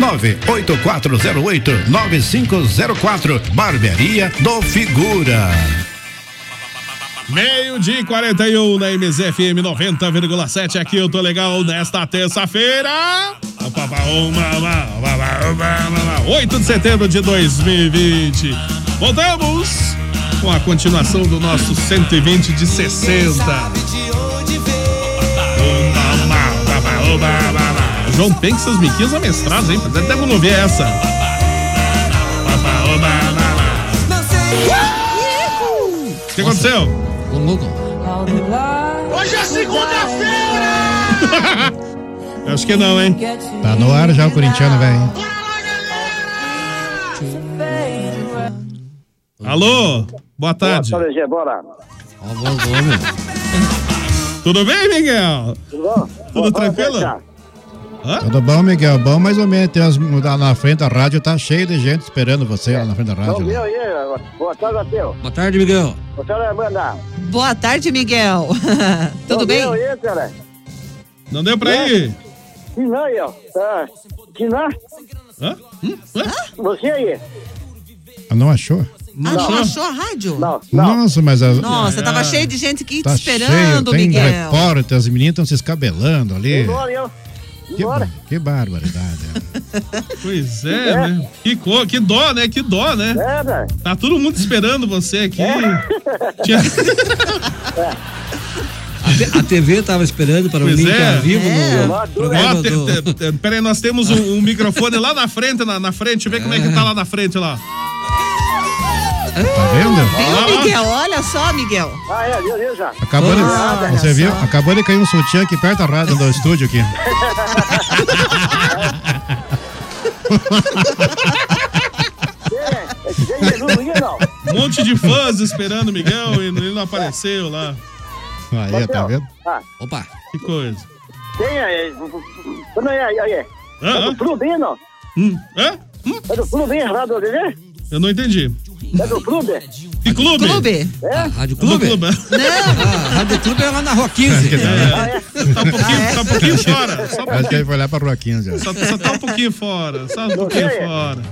[SPEAKER 9] 98408-9504. Barbearia do Figura.
[SPEAKER 2] Meio dia 41 na MZFM 90,7. Aqui eu tô legal nesta terça-feira. um, 8 de setembro de 2020. Voltamos com a continuação do nosso 120 de 60. João Penck, seus miquinhos amestrados, hein? Até devo não ver essa. O que aconteceu?
[SPEAKER 18] Hoje é segunda-feira!
[SPEAKER 2] Eu acho que não, hein?
[SPEAKER 25] Tá no ar já o corintiano, velho.
[SPEAKER 2] Alô? Boa tarde.
[SPEAKER 1] Boa tarde, bora.
[SPEAKER 2] Tudo bem, Miguel?
[SPEAKER 1] Tudo bom?
[SPEAKER 2] Tudo tranquilo?
[SPEAKER 25] Tudo bom, Miguel? Bom, mais ou menos. Tem umas, lá na frente da rádio tá cheio de gente esperando você lá na frente da
[SPEAKER 1] Bom,
[SPEAKER 25] rádio. né?
[SPEAKER 1] meu Então, aí, boa tarde, Matheus.
[SPEAKER 25] Boa tarde, Miguel.
[SPEAKER 1] Boa tarde, Amanda.
[SPEAKER 6] Boa tarde, Miguel. Tudo
[SPEAKER 1] Bom,
[SPEAKER 6] bem?
[SPEAKER 1] meu aí, cara.
[SPEAKER 2] Não deu pra ir?
[SPEAKER 1] Que não aí, ó. Ah, Que não?
[SPEAKER 2] Hã?
[SPEAKER 1] Você aí? É,
[SPEAKER 25] Ah, Não achou?
[SPEAKER 6] Ah, não achou a rádio? Não. Ah.
[SPEAKER 25] Nossa, mas. a-
[SPEAKER 6] Nossa,
[SPEAKER 9] Ah.
[SPEAKER 6] tava cheio de gente aqui
[SPEAKER 25] Tá
[SPEAKER 6] te esperando,
[SPEAKER 25] cheio, tem
[SPEAKER 6] Miguel.
[SPEAKER 25] repórter, as meninas estão se escabelando ali.
[SPEAKER 1] Bora, eu.
[SPEAKER 25] Que, bar- que barbaridade.
[SPEAKER 2] Pois é, né? Que, co- que dó, né? Que dó, né? É.
[SPEAKER 1] É, velho.
[SPEAKER 2] Tá todo mundo esperando você aqui. Tinha-
[SPEAKER 5] A TV tava esperando para o
[SPEAKER 2] Pois
[SPEAKER 5] link
[SPEAKER 2] é.
[SPEAKER 5] ao vivo
[SPEAKER 2] Ó,
[SPEAKER 5] no programa
[SPEAKER 2] te-
[SPEAKER 5] do...
[SPEAKER 2] te- te- Peraí, nós temos um, um microfone lá na frente, na, na frente. Vê como é que tá lá na frente lá.
[SPEAKER 25] Tá vendo?
[SPEAKER 6] Hum, Viu, Miguel? Olha só, Miguel.
[SPEAKER 1] Ah, é, viu, viu já?
[SPEAKER 25] Acabou
[SPEAKER 2] né?
[SPEAKER 25] de,
[SPEAKER 6] Ah,
[SPEAKER 9] é
[SPEAKER 25] você viu? Acabou de cair um sutiã aqui perto da rádio do estúdio aqui.
[SPEAKER 1] é,
[SPEAKER 2] Um monte de fãs esperando o Miguel e ele não apareceu lá.
[SPEAKER 25] Aí, tá vendo?
[SPEAKER 1] Ah,
[SPEAKER 5] Opa.
[SPEAKER 2] Que coisa.
[SPEAKER 1] tem aí. Não é, aí, aí.
[SPEAKER 2] Hã?
[SPEAKER 1] É do Clube, não?
[SPEAKER 2] Hum, hã?
[SPEAKER 1] É do Clube, errado, entendeu?
[SPEAKER 2] Eu não entendi.
[SPEAKER 1] É do Clube?
[SPEAKER 2] Que clube?
[SPEAKER 1] Clube. É?
[SPEAKER 5] Rádio Clube?
[SPEAKER 2] Clube.
[SPEAKER 5] Ah, Rádio Clube é Ah, lá na Rua 15.
[SPEAKER 2] Tá um pouquinho, tá um pouquinho fora. Só um
[SPEAKER 25] Acho que
[SPEAKER 2] pouquinho,
[SPEAKER 25] ele foi lá pra Rua 15. ó.
[SPEAKER 2] só, só tá um pouquinho fora. Só um pouquinho fora.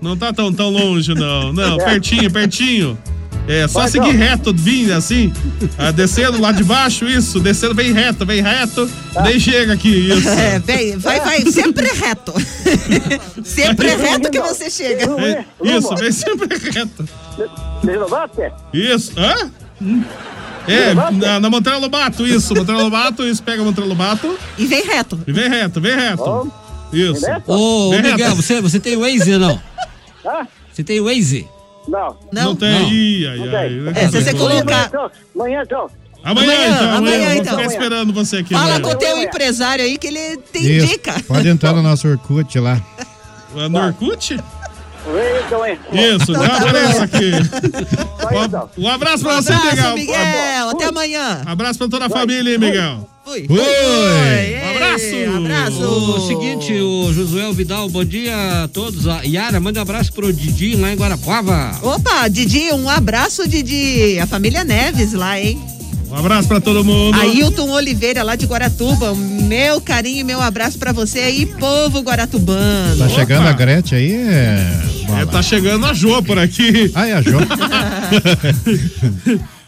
[SPEAKER 2] Não tá tão, tão longe, não. Não, pertinho, pertinho. É, só
[SPEAKER 21] Vai,
[SPEAKER 2] seguir
[SPEAKER 21] não.
[SPEAKER 2] reto, vindo assim, ah, descendo lá de baixo, isso, descendo bem reto, bem reto, daí chega aqui, isso.
[SPEAKER 6] É, bem, vai, vai, sempre reto. sempre
[SPEAKER 2] Aí-
[SPEAKER 6] reto que você chega.
[SPEAKER 2] É, isso, vem sempre reto. Isso, hã? É, na, na Montanha Lobato, isso, Montanha Lobato, isso, pega a Montanha Lobato.
[SPEAKER 6] E vem reto.
[SPEAKER 2] E vem reto, vem reto. Isso.
[SPEAKER 5] Ô,
[SPEAKER 2] Vem reto.
[SPEAKER 5] Miguel, você, você tem Waze ou não? Você tem Waze?
[SPEAKER 21] Não.
[SPEAKER 5] Não? Não tem, Não. ih, ai, ai. É, se você
[SPEAKER 6] colocar-
[SPEAKER 21] Amanhã, então.
[SPEAKER 2] Amanhã, então, amanhã, eu vou ficar
[SPEAKER 6] amanhã.
[SPEAKER 2] esperando você aqui.
[SPEAKER 6] Fala
[SPEAKER 2] amanhã.
[SPEAKER 6] com o teu empresário aí que ele tem
[SPEAKER 9] Isso.
[SPEAKER 6] dica.
[SPEAKER 9] Pode entrar no nosso Orkut lá.
[SPEAKER 2] É no Orkut?
[SPEAKER 21] Vem, então, hein?
[SPEAKER 2] Isso,
[SPEAKER 9] Então
[SPEAKER 2] já
[SPEAKER 9] tá
[SPEAKER 2] aparece
[SPEAKER 9] bom.
[SPEAKER 2] aqui. Um abraço pra você,
[SPEAKER 9] Abraço,
[SPEAKER 2] Miguel.
[SPEAKER 6] Miguel, até amanhã.
[SPEAKER 2] Abraço pra toda a família, hein, Miguel.
[SPEAKER 6] Fui.
[SPEAKER 5] Oi!
[SPEAKER 6] Um abraço.
[SPEAKER 5] O seguinte, o Josué Vidal, bom dia a todos. A Yara, manda um abraço pro Didi lá em Guarapuava.
[SPEAKER 6] Opa, Didi, um abraço, Didi. A família Neves lá, hein?
[SPEAKER 2] Um abraço pra todo mundo.
[SPEAKER 6] Ailton Oliveira, lá de Guaratuba. Meu carinho e meu abraço pra você aí, povo guaratubano.
[SPEAKER 9] Tá chegando a Gretchen aí? É...
[SPEAKER 2] É, tá chegando a Jô por aqui.
[SPEAKER 9] Ah, é a Jô?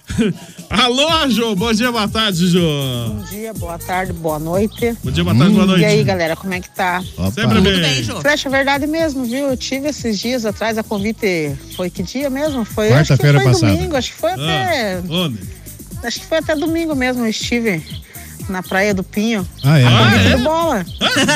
[SPEAKER 2] Alô, Jô. Bom dia, boa tarde, Jô.
[SPEAKER 14] Bom dia, boa tarde, boa noite.
[SPEAKER 2] Bom dia, boa tarde, boa noite.
[SPEAKER 14] E aí, galera, como é que tá?
[SPEAKER 2] Opa. Sempre bem. Tudo bem, Jô.
[SPEAKER 14] Flecha, é verdade mesmo, viu? Eu tive esses dias atrás a convite. Foi que dia mesmo? Foi acho que
[SPEAKER 9] Quarta-feira
[SPEAKER 14] foi
[SPEAKER 9] passada. Ah,
[SPEAKER 14] domingo, acho que foi até. Acho que foi até domingo mesmo. Eu estive na praia do Pinho.
[SPEAKER 9] Ah, é?
[SPEAKER 14] A convite
[SPEAKER 9] Ah, é?
[SPEAKER 14] do Bola.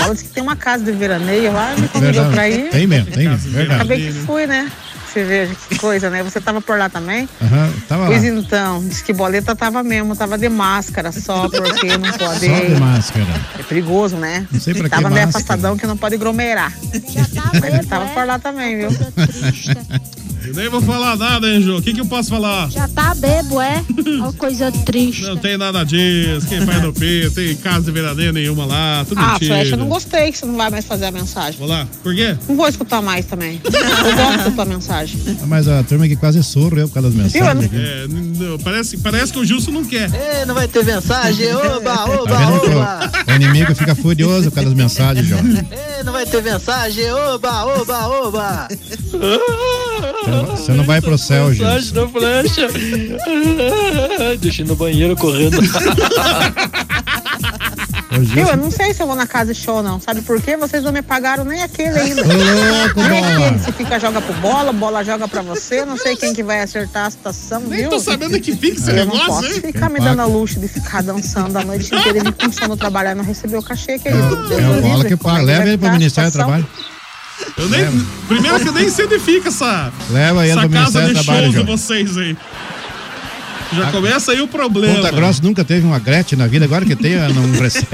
[SPEAKER 14] Bola disse que tem uma casa de veraneio lá, me convidou pra ir.
[SPEAKER 9] Verdade. Tem mesmo, tem mesmo.
[SPEAKER 14] Acabei que
[SPEAKER 9] Verdade.
[SPEAKER 14] fui, né? Você veja que coisa, né? Você tava por lá também?
[SPEAKER 9] Aham, tava lá.
[SPEAKER 14] Pois então, diz que boleta tava mesmo, tava de máscara só, porque não pode.
[SPEAKER 9] Só de máscara.
[SPEAKER 14] É perigoso, né?
[SPEAKER 9] Não sei pra que
[SPEAKER 14] tava meio
[SPEAKER 9] máscara.
[SPEAKER 14] afastadão que não pode aglomerar.
[SPEAKER 10] tá
[SPEAKER 14] Mas ele tava
[SPEAKER 10] é?
[SPEAKER 14] por lá também, viu?
[SPEAKER 2] Eu nem vou falar nada, hein, Jô. O que, que eu posso falar?
[SPEAKER 10] Já tá bebo, é? Uma coisa triste.
[SPEAKER 2] Não tem nada disso. Quem faz no P, tem casa de veraneio nenhuma lá. Tudo
[SPEAKER 14] ah,
[SPEAKER 2] mentira.
[SPEAKER 14] Flecha, eu não gostei que você não vai mais fazer a mensagem.
[SPEAKER 2] Vou lá, por quê?
[SPEAKER 14] Não vou escutar mais também. Eu gosto da tua mensagem.
[SPEAKER 9] Ah, Mas a turma que quase sorriu por causa das mensagens aqui.
[SPEAKER 2] É, n- não, parece, parece que o Gilson não quer.
[SPEAKER 14] É, não vai ter mensagem. Oba,
[SPEAKER 9] Tá vendo que o, o inimigo fica furioso por causa das mensagens, Jô.
[SPEAKER 14] É, não vai ter mensagem. Oba, oba, oba.
[SPEAKER 9] Ah! Você não- Você não vai pro céu, Gil.
[SPEAKER 15] Mensagem da flecha. Deixei no banheiro correndo.
[SPEAKER 9] Ô, Gil,
[SPEAKER 14] Viu, eu não sei se eu vou na casa de show, não. Sabe por quê? Vocês não me pagaram nem aquele ainda.
[SPEAKER 9] Ô, louco,
[SPEAKER 14] nem
[SPEAKER 9] Bola.
[SPEAKER 14] aquele. Você fica, joga pro bola, bola joga pra você. Não sei quem que vai acertar a situação, viu?
[SPEAKER 2] tô sabendo que fica esse
[SPEAKER 14] eu
[SPEAKER 2] negócio,
[SPEAKER 14] não posso
[SPEAKER 2] hein?
[SPEAKER 14] ficar me
[SPEAKER 9] Quem
[SPEAKER 14] dando
[SPEAKER 9] paga?
[SPEAKER 14] a luxo de ficar dançando a noite inteira e me pensando trabalhar e não receber o cachê, querido. Deus
[SPEAKER 9] É
[SPEAKER 14] me
[SPEAKER 9] o bola
[SPEAKER 14] livre.
[SPEAKER 9] que
[SPEAKER 14] Como é
[SPEAKER 9] paga. Leva
[SPEAKER 14] vai
[SPEAKER 9] ele pro
[SPEAKER 14] ficar a
[SPEAKER 9] Ministério do
[SPEAKER 14] situação?
[SPEAKER 9] Trabalho.
[SPEAKER 2] Eu nem,
[SPEAKER 9] É.
[SPEAKER 2] primeiro que eu nem sei onde fica essa,
[SPEAKER 9] Leva ele
[SPEAKER 2] essa
[SPEAKER 9] pro
[SPEAKER 2] casa
[SPEAKER 9] Ministério
[SPEAKER 2] de
[SPEAKER 9] do
[SPEAKER 2] show
[SPEAKER 9] é Trabalho,
[SPEAKER 2] de
[SPEAKER 9] Jô.
[SPEAKER 2] vocês aí. Já começa aí o problema.
[SPEAKER 9] Ponta Grossa nunca teve uma Gretchen na vida, agora que tem, ela não percebe.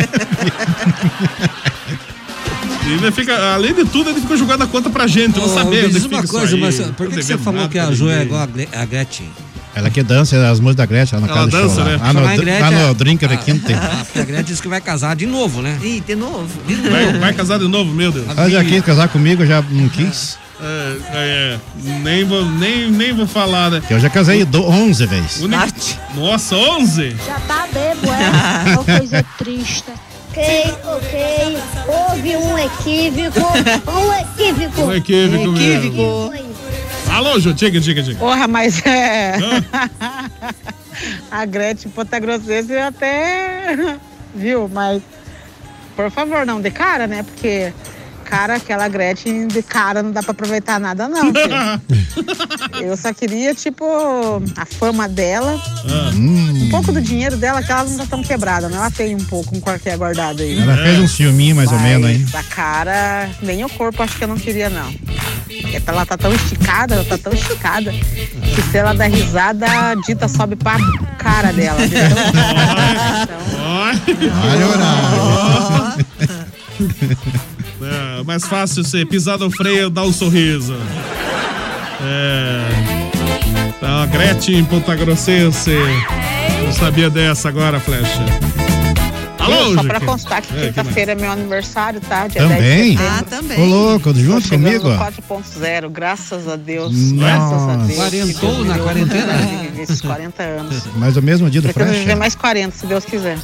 [SPEAKER 2] E Ele fica, além de tudo, ele fica jogando a conta pra gente. Eu vou
[SPEAKER 5] Ô,
[SPEAKER 2] saber.
[SPEAKER 5] me
[SPEAKER 2] onde
[SPEAKER 5] diz
[SPEAKER 2] fica
[SPEAKER 5] uma
[SPEAKER 2] isso
[SPEAKER 5] coisa,
[SPEAKER 2] aí.
[SPEAKER 5] mas
[SPEAKER 2] Não
[SPEAKER 5] por que, que você
[SPEAKER 2] devendo
[SPEAKER 5] falou
[SPEAKER 2] nada
[SPEAKER 5] que a
[SPEAKER 2] pra
[SPEAKER 5] Joia é
[SPEAKER 2] ninguém.
[SPEAKER 5] igual a Gle- a Gretchen?
[SPEAKER 9] Ela que dança as músicas da Gretchen lá na
[SPEAKER 5] Ela
[SPEAKER 9] casa do
[SPEAKER 5] dança,
[SPEAKER 9] show.
[SPEAKER 5] né?
[SPEAKER 9] Lá, Ah, lá
[SPEAKER 5] Só na
[SPEAKER 9] no,
[SPEAKER 5] Gretchen,
[SPEAKER 9] lá
[SPEAKER 5] a-
[SPEAKER 9] no Drinker aqui não tem.
[SPEAKER 5] Ah, porque a Gretchen disse que vai casar de novo, né?
[SPEAKER 6] Ih, de novo.
[SPEAKER 2] Vai, vai casar de novo, meu Deus.
[SPEAKER 9] Ela já quis casar comigo, já não quis.
[SPEAKER 2] É, é, é. nem, vou, nem, nem vou falar, né?
[SPEAKER 9] Que Eu já casei do 11 vezes.
[SPEAKER 2] Uni- Nossa, 11?
[SPEAKER 10] Já tá bebo, é? Uma coisa triste. Ok, ok. Houve um equívoco. Um equívoco.
[SPEAKER 2] Um equívoco mesmo. Alô, Jô, diga, diga, diga.
[SPEAKER 14] Porra, mas é. a Gretchen Ponta Grossense eu até. Viu, mas. Por favor, não de cara, né? Porque. Cara, aquela Gretchen de cara não dá pra aproveitar nada, não. filho. eu só queria, tipo, a fama dela,
[SPEAKER 2] Ah. Hum.
[SPEAKER 14] um pouco do dinheiro dela, que ela não tá tão quebrada, né? Ela tem um pouco, um quartel guardado aí.
[SPEAKER 9] Ela fez um filminho mais ou menos aí.
[SPEAKER 14] Da cara, nem o corpo acho que eu não queria, não. É pra Ela tá tão esticada, ela tá tão esticada, que se ela dá risada, a dita sobe pra cara dela.
[SPEAKER 2] Olha o horário. É, mais fácil você pisar no freio e dar um sorriso. É. Então, a Gretchen Ponta Grossense. Não sabia dessa agora, Flecha.
[SPEAKER 14] Viu? Só
[SPEAKER 9] Tá longe
[SPEAKER 14] pra
[SPEAKER 9] aqui.
[SPEAKER 14] constar que
[SPEAKER 9] É, que
[SPEAKER 14] quinta-feira é meu aniversário, tá? Dia 10
[SPEAKER 9] Ah, Também?
[SPEAKER 14] de setembro.
[SPEAKER 9] Ô, louco,
[SPEAKER 14] Tô
[SPEAKER 9] junto
[SPEAKER 14] chegando
[SPEAKER 9] comigo?
[SPEAKER 14] no
[SPEAKER 9] ó.
[SPEAKER 14] 4.0, graças a Deus.
[SPEAKER 9] Nossa.
[SPEAKER 14] Graças a Deus.
[SPEAKER 9] Quarentou
[SPEAKER 14] Deus me
[SPEAKER 9] na
[SPEAKER 14] deu a
[SPEAKER 9] quarentena?
[SPEAKER 14] oportunidade de viver Esses 40 anos.
[SPEAKER 9] Mas o mesmo dia do
[SPEAKER 14] Pretendo viver
[SPEAKER 9] Frecha?
[SPEAKER 14] mais 40, se Deus quiser.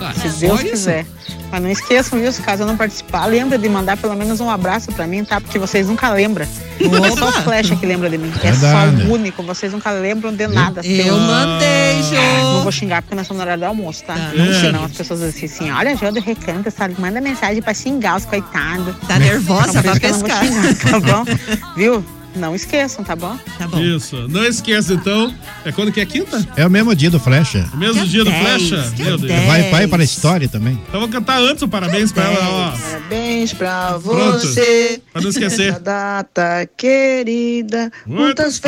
[SPEAKER 6] Ah,
[SPEAKER 14] se
[SPEAKER 9] só
[SPEAKER 14] Deus
[SPEAKER 9] isso?
[SPEAKER 14] quiser. Mas não esqueçam disso, caso eu não participar, lembra de mandar pelo menos um abraço pra mim, tá? Porque vocês nunca lembram. Não é só o Flecha que lembra de mim. É
[SPEAKER 9] Verdade.
[SPEAKER 14] só o único, vocês nunca lembram de nada. seu-
[SPEAKER 6] eu mandei, Jô.
[SPEAKER 14] Não vou xingar porque nós estamos na hora do almoço, tá?
[SPEAKER 6] É.
[SPEAKER 14] Senão as pessoas dizem assim, olha, Jô do Recanto, sabe? Manda mensagem pra xingar os coitados.
[SPEAKER 6] Tá nervosa,
[SPEAKER 14] Então, por
[SPEAKER 6] vai
[SPEAKER 14] isso que eu não vou
[SPEAKER 6] pescar.
[SPEAKER 14] xingar, Tá bom? Viu? Não esqueçam, tá bom? Tá
[SPEAKER 2] Isso. Não esqueça, então. É quando que é quinta?
[SPEAKER 9] É o mesmo dia do Flecha.
[SPEAKER 2] O mesmo dia, do Flecha? Meu Deus.
[SPEAKER 9] Vai, vai para a história também.
[SPEAKER 2] Então vou cantar antes o parabéns pra ela, ó.
[SPEAKER 16] Parabéns pra
[SPEAKER 2] Pronto.
[SPEAKER 16] você.
[SPEAKER 2] Pra não esquecer.
[SPEAKER 14] Tá
[SPEAKER 16] Nessa data querida, muitas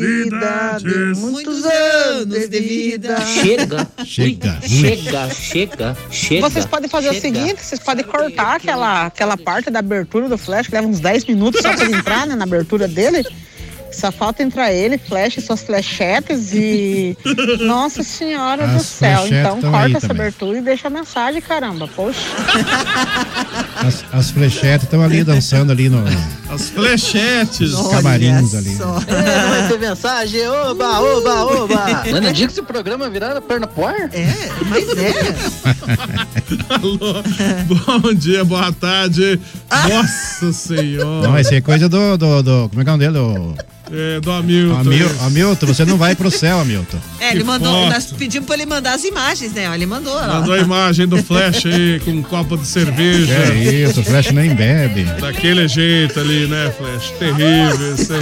[SPEAKER 16] felicidades, muitos anos de vida.
[SPEAKER 11] Chega.
[SPEAKER 9] Chega.
[SPEAKER 11] Chega, chega, chega.
[SPEAKER 14] Vocês podem fazer o
[SPEAKER 11] chega.
[SPEAKER 14] seguinte, vocês podem cortar aquela, aquela parte da abertura do Flash, que leva uns 10 minutos só pra ele entrar né, na abertura dele. Só falta entrar ele, Flash, e suas flechetes e. Nossa Senhora
[SPEAKER 9] As
[SPEAKER 14] do céu.
[SPEAKER 9] flechetes
[SPEAKER 14] Então
[SPEAKER 9] tão
[SPEAKER 14] corta
[SPEAKER 9] aí
[SPEAKER 14] essa
[SPEAKER 9] também.
[SPEAKER 14] abertura e deixa a mensagem, caramba. Poxa.
[SPEAKER 9] As, as flechetas estão ali dançando ali no.
[SPEAKER 2] As flechetes.
[SPEAKER 9] Os camarins ali.
[SPEAKER 1] Vai ter mensagem, oba, oba, oba.
[SPEAKER 9] Manda
[SPEAKER 1] dica é esse programa virar perna por? É, mas é.
[SPEAKER 2] Alô, bom dia, boa tarde. Nossa senhora.
[SPEAKER 9] Não, isso é coisa do, do, do- Como é que é o nome dele? O-
[SPEAKER 2] É, do Hamilton.
[SPEAKER 9] Hamil- Hamilton, você não vai pro céu, Hamilton.
[SPEAKER 6] É, ele
[SPEAKER 2] Que
[SPEAKER 6] mandou,
[SPEAKER 2] foto.
[SPEAKER 6] nós pedimos pra ele mandar as imagens, né? Ó, Ele mandou, ó.
[SPEAKER 2] Mandou a imagem do Flash aí com um copo de cerveja.
[SPEAKER 9] É isso, o Flash nem bebe.
[SPEAKER 2] Daquele jeito ali, né, Flash? Terrível, sei,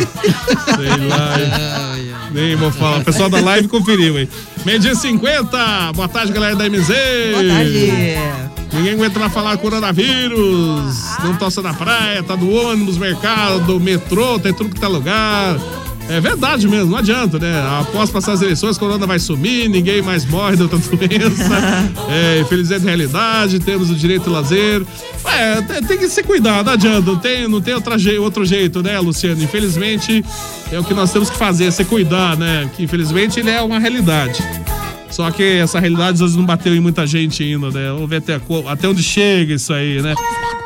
[SPEAKER 2] sei lá. Nem vou falar. O pessoal da live conferiu, hein? Meio dia e 50. Boa tarde, galera da MZ. Boa
[SPEAKER 1] tarde.
[SPEAKER 2] É. Ninguém aguenta mais falar coronavírus. Não tossa na praia, tá no ônibus, mercado, metrô, tem tudo que tá lugar. É verdade mesmo, não adianta, né? Após passar as eleições, corona vai sumir, ninguém mais morre de outra doença. É, infelizmente, realidade, temos o direito ao lazer. É, tem- tem que se cuidar, não adianta, não tem, não tem outra je- outro jeito, né, Luciano? Infelizmente, é o que nós temos que fazer, é se cuidar, né? Que infelizmente ele é uma realidade. Só que essa realidade às vezes não bateu em muita gente ainda, né? Vamos ver até, co- até onde chega isso aí, né?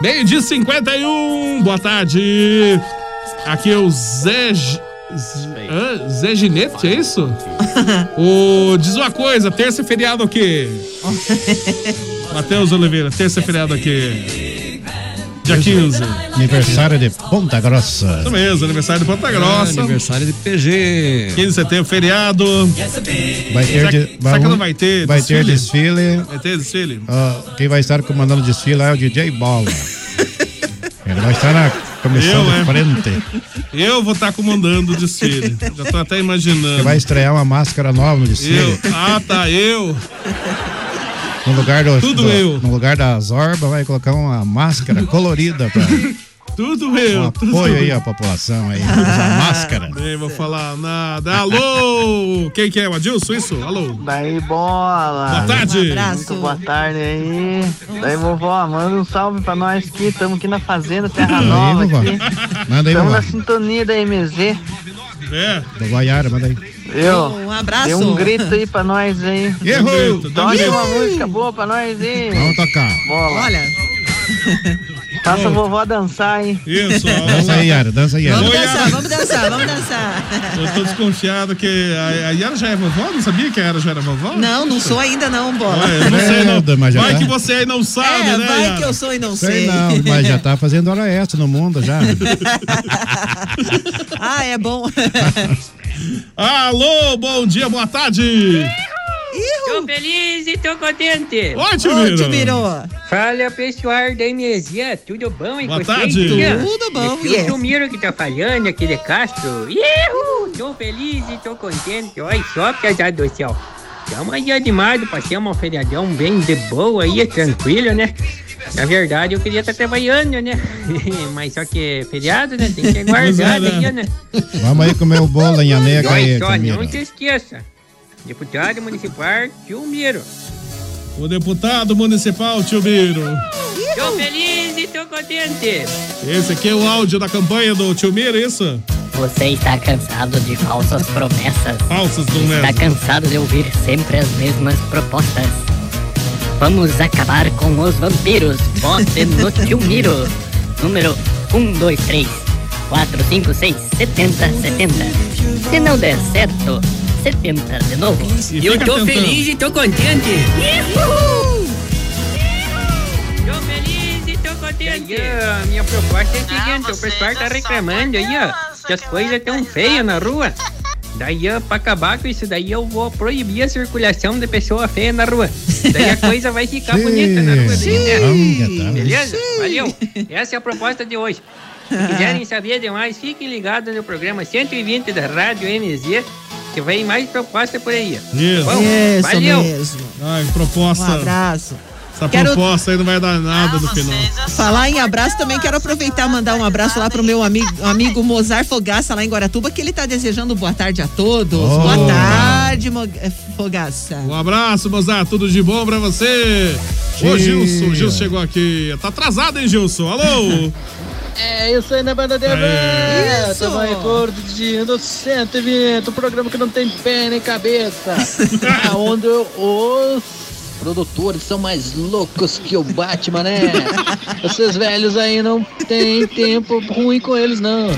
[SPEAKER 2] Meio dia 51, boa tarde. Aqui é o Zé... G- Z- Hã? Zé Ginete, é isso? o, diz uma coisa, terça é feriado aqui. Matheus Oliveira, terça é feriado aqui. Dia 15.
[SPEAKER 9] Aniversário de Ponta Grossa.
[SPEAKER 2] Isso mesmo, aniversário de Ponta Grossa.
[SPEAKER 9] Ah, aniversário
[SPEAKER 2] de PG. 15 de setembro, feriado.
[SPEAKER 9] Vai ter
[SPEAKER 2] será,
[SPEAKER 9] de-
[SPEAKER 2] será
[SPEAKER 9] vai
[SPEAKER 2] que
[SPEAKER 9] um-
[SPEAKER 2] não vai ter
[SPEAKER 9] vai ter desfile.
[SPEAKER 2] Vai ter desfile?
[SPEAKER 9] Ó, quem vai estar comandando o desfile é o DJ Bola. Ele vai estar na comissão
[SPEAKER 2] Eu,
[SPEAKER 9] de
[SPEAKER 2] é.
[SPEAKER 9] frente.
[SPEAKER 2] Eu vou estar comandando o desfile. Já tô até
[SPEAKER 9] Ele
[SPEAKER 2] imaginando.
[SPEAKER 9] vai estrear uma máscara nova no desfile.
[SPEAKER 2] Eu. Ah, tá, eu.
[SPEAKER 9] No lugar do,
[SPEAKER 2] Tudo
[SPEAKER 9] do-
[SPEAKER 2] eu.
[SPEAKER 9] No lugar da Zorba, vai colocar uma máscara colorida pra
[SPEAKER 2] Tudo eu.
[SPEAKER 9] um
[SPEAKER 2] tudo
[SPEAKER 9] apoio aí à população aí. Usar máscara.
[SPEAKER 2] Nem vou falar nada. Alô! Quem que é? O Adilson, isso? Alô?
[SPEAKER 1] Daí, bola.
[SPEAKER 2] Boa tarde. Um abraço.
[SPEAKER 1] Muito boa tarde aí. Daí, vovó, manda um salve pra nós que estamos aqui na Fazenda Terra
[SPEAKER 9] Hum.
[SPEAKER 1] Nova.
[SPEAKER 9] vovó.
[SPEAKER 1] aqui.
[SPEAKER 9] Manda
[SPEAKER 12] Então,
[SPEAKER 9] aí,
[SPEAKER 1] Estamos
[SPEAKER 12] né?
[SPEAKER 9] vovó.
[SPEAKER 1] na sintonia da MZ.
[SPEAKER 2] É.
[SPEAKER 9] Do Guaiara, manda aí.
[SPEAKER 1] Eu,
[SPEAKER 6] Um abraço.
[SPEAKER 1] Dê um grito aí pra nós aí.
[SPEAKER 9] Errou.
[SPEAKER 1] Toque uma
[SPEAKER 9] Errou.
[SPEAKER 1] música boa pra nós aí.
[SPEAKER 9] Vamos tocar.
[SPEAKER 1] Bola.
[SPEAKER 6] Olha.
[SPEAKER 1] Faça a vovó dançar, hein?
[SPEAKER 2] Isso,
[SPEAKER 9] Dança aí, Yara, dança aí, né? Yara.
[SPEAKER 1] Vamos
[SPEAKER 6] Dançar, vamos dançar, vamos dançar.
[SPEAKER 2] Eu tô desconfiado que a, a Yara já é vovó? Não sabia que a Yara já era vovó?
[SPEAKER 6] Não, não sou ainda não, bola.
[SPEAKER 2] Ah, eu não sei, não.
[SPEAKER 9] mas já
[SPEAKER 2] Vai
[SPEAKER 9] tá.
[SPEAKER 2] que você aí não sabe,
[SPEAKER 6] É,
[SPEAKER 2] né?
[SPEAKER 6] vai
[SPEAKER 2] Yara?
[SPEAKER 6] que eu sou e não sei.
[SPEAKER 9] Sei não, mas já tá fazendo hora extra no mundo já.
[SPEAKER 6] Ah, é bom.
[SPEAKER 2] Alô, bom dia, boa tarde.
[SPEAKER 13] Tô feliz e tô contente.
[SPEAKER 2] Ó, Tibiro. Ó, Tibiro.
[SPEAKER 13] Fala, pessoal da MZ, tudo bom? E
[SPEAKER 2] Boa
[SPEAKER 13] vocês,
[SPEAKER 2] tarde.
[SPEAKER 13] tia?
[SPEAKER 2] Tudo bom,
[SPEAKER 13] Aqui
[SPEAKER 2] yes.
[SPEAKER 13] o Miro que tá falhando, aquele Castro. Ihu, tô feliz e tô contente. Olha só, pesado do céu. É Estamos aí animados, passamos um feriadão bem de boa aí, tranquilo, né? Na verdade, eu queria estar trabalhando, né? Mas só que feriado, né? Tem que aguardar,
[SPEAKER 9] Pois é,
[SPEAKER 13] né?
[SPEAKER 9] né?
[SPEAKER 13] né?
[SPEAKER 9] Vamos aí comer o bolo em
[SPEAKER 13] Não,
[SPEAKER 9] anega aí,
[SPEAKER 13] só, não
[SPEAKER 9] Camila.
[SPEAKER 13] se esqueça. Deputado municipal, tio Miro.
[SPEAKER 2] O deputado municipal, tio Miro.
[SPEAKER 13] Tô feliz e tô contente.
[SPEAKER 2] Esse aqui é o áudio da campanha do tio Miro, isso?
[SPEAKER 7] Você está cansado de falsas promessas?
[SPEAKER 2] Falsas
[SPEAKER 7] Está
[SPEAKER 2] promessas.
[SPEAKER 7] cansado de ouvir sempre as mesmas propostas? Vamos acabar com os vampiros. Vote no tio Miro. Número 1, 2, 3, 4, 5, 6, 70, 70. Se não der certo, 70 de novo.
[SPEAKER 13] Eu tô feliz e tô contente. Uhul! Tô feliz e tô contente. a minha proposta é a seguinte, o pessoal tá reclamando aí, ó, que as coisas tão feias na rua. Daí, ó, pra acabar com isso daí, eu vou proibir a circulação de pessoa feia na rua. Daí a coisa vai ficar bonita na rua. daí, né? Beleza? Valeu. Essa é a proposta de hoje. Se quiserem saber demais, fiquem ligados no programa 120 da Rádio MZ, que vem mais proposta por aí. ó.
[SPEAKER 2] Isso.
[SPEAKER 13] Tá bom?
[SPEAKER 2] Isso
[SPEAKER 13] Valeu.
[SPEAKER 2] mesmo. Ai, proposta.
[SPEAKER 6] Um abraço.
[SPEAKER 2] Essa
[SPEAKER 6] Quero- Ah, né?
[SPEAKER 2] proposta aí não vai dar nada no final.
[SPEAKER 6] Falar em abraço, também quero aproveitar e mandar um abraço lá pro meu amigo, amigo Mozart Fogaça, lá em Guaratuba, que ele tá desejando boa tarde a todos. Boa tarde, Mo- eh, Fogaça.
[SPEAKER 2] Um abraço, Mozart. Tudo de bom pra você. Ô, Gilson. o Gilson chegou aqui. Tá atrasado, hein, Gilson? Alô?
[SPEAKER 12] É isso aí na banda de
[SPEAKER 6] É
[SPEAKER 2] Isso!
[SPEAKER 12] Tamo aí curtindo 120, um programa que não tem pé nem cabeça. Onde os produtores são mais loucos que o Batman, né? Vocês velhos aí não tem tempo ruim com eles, não.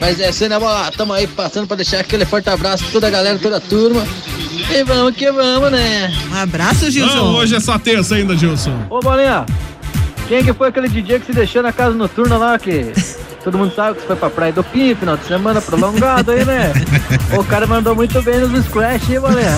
[SPEAKER 12] Mas é isso aí na bola, tamo aí passando pra deixar aquele forte abraço pra toda a galera, toda a turma. E vamos que vamos, né?
[SPEAKER 6] Um abraço,
[SPEAKER 2] Não, hoje é só terça ainda, Gilson.
[SPEAKER 12] Ô, Bolinha, quem que foi aquele DJ que se deixou na casa noturna lá, que todo mundo sabe que foi pra Praia do Pim, final de semana prolongado aí, né? o cara mandou muito bem nos Scratch, hein, Bolinha?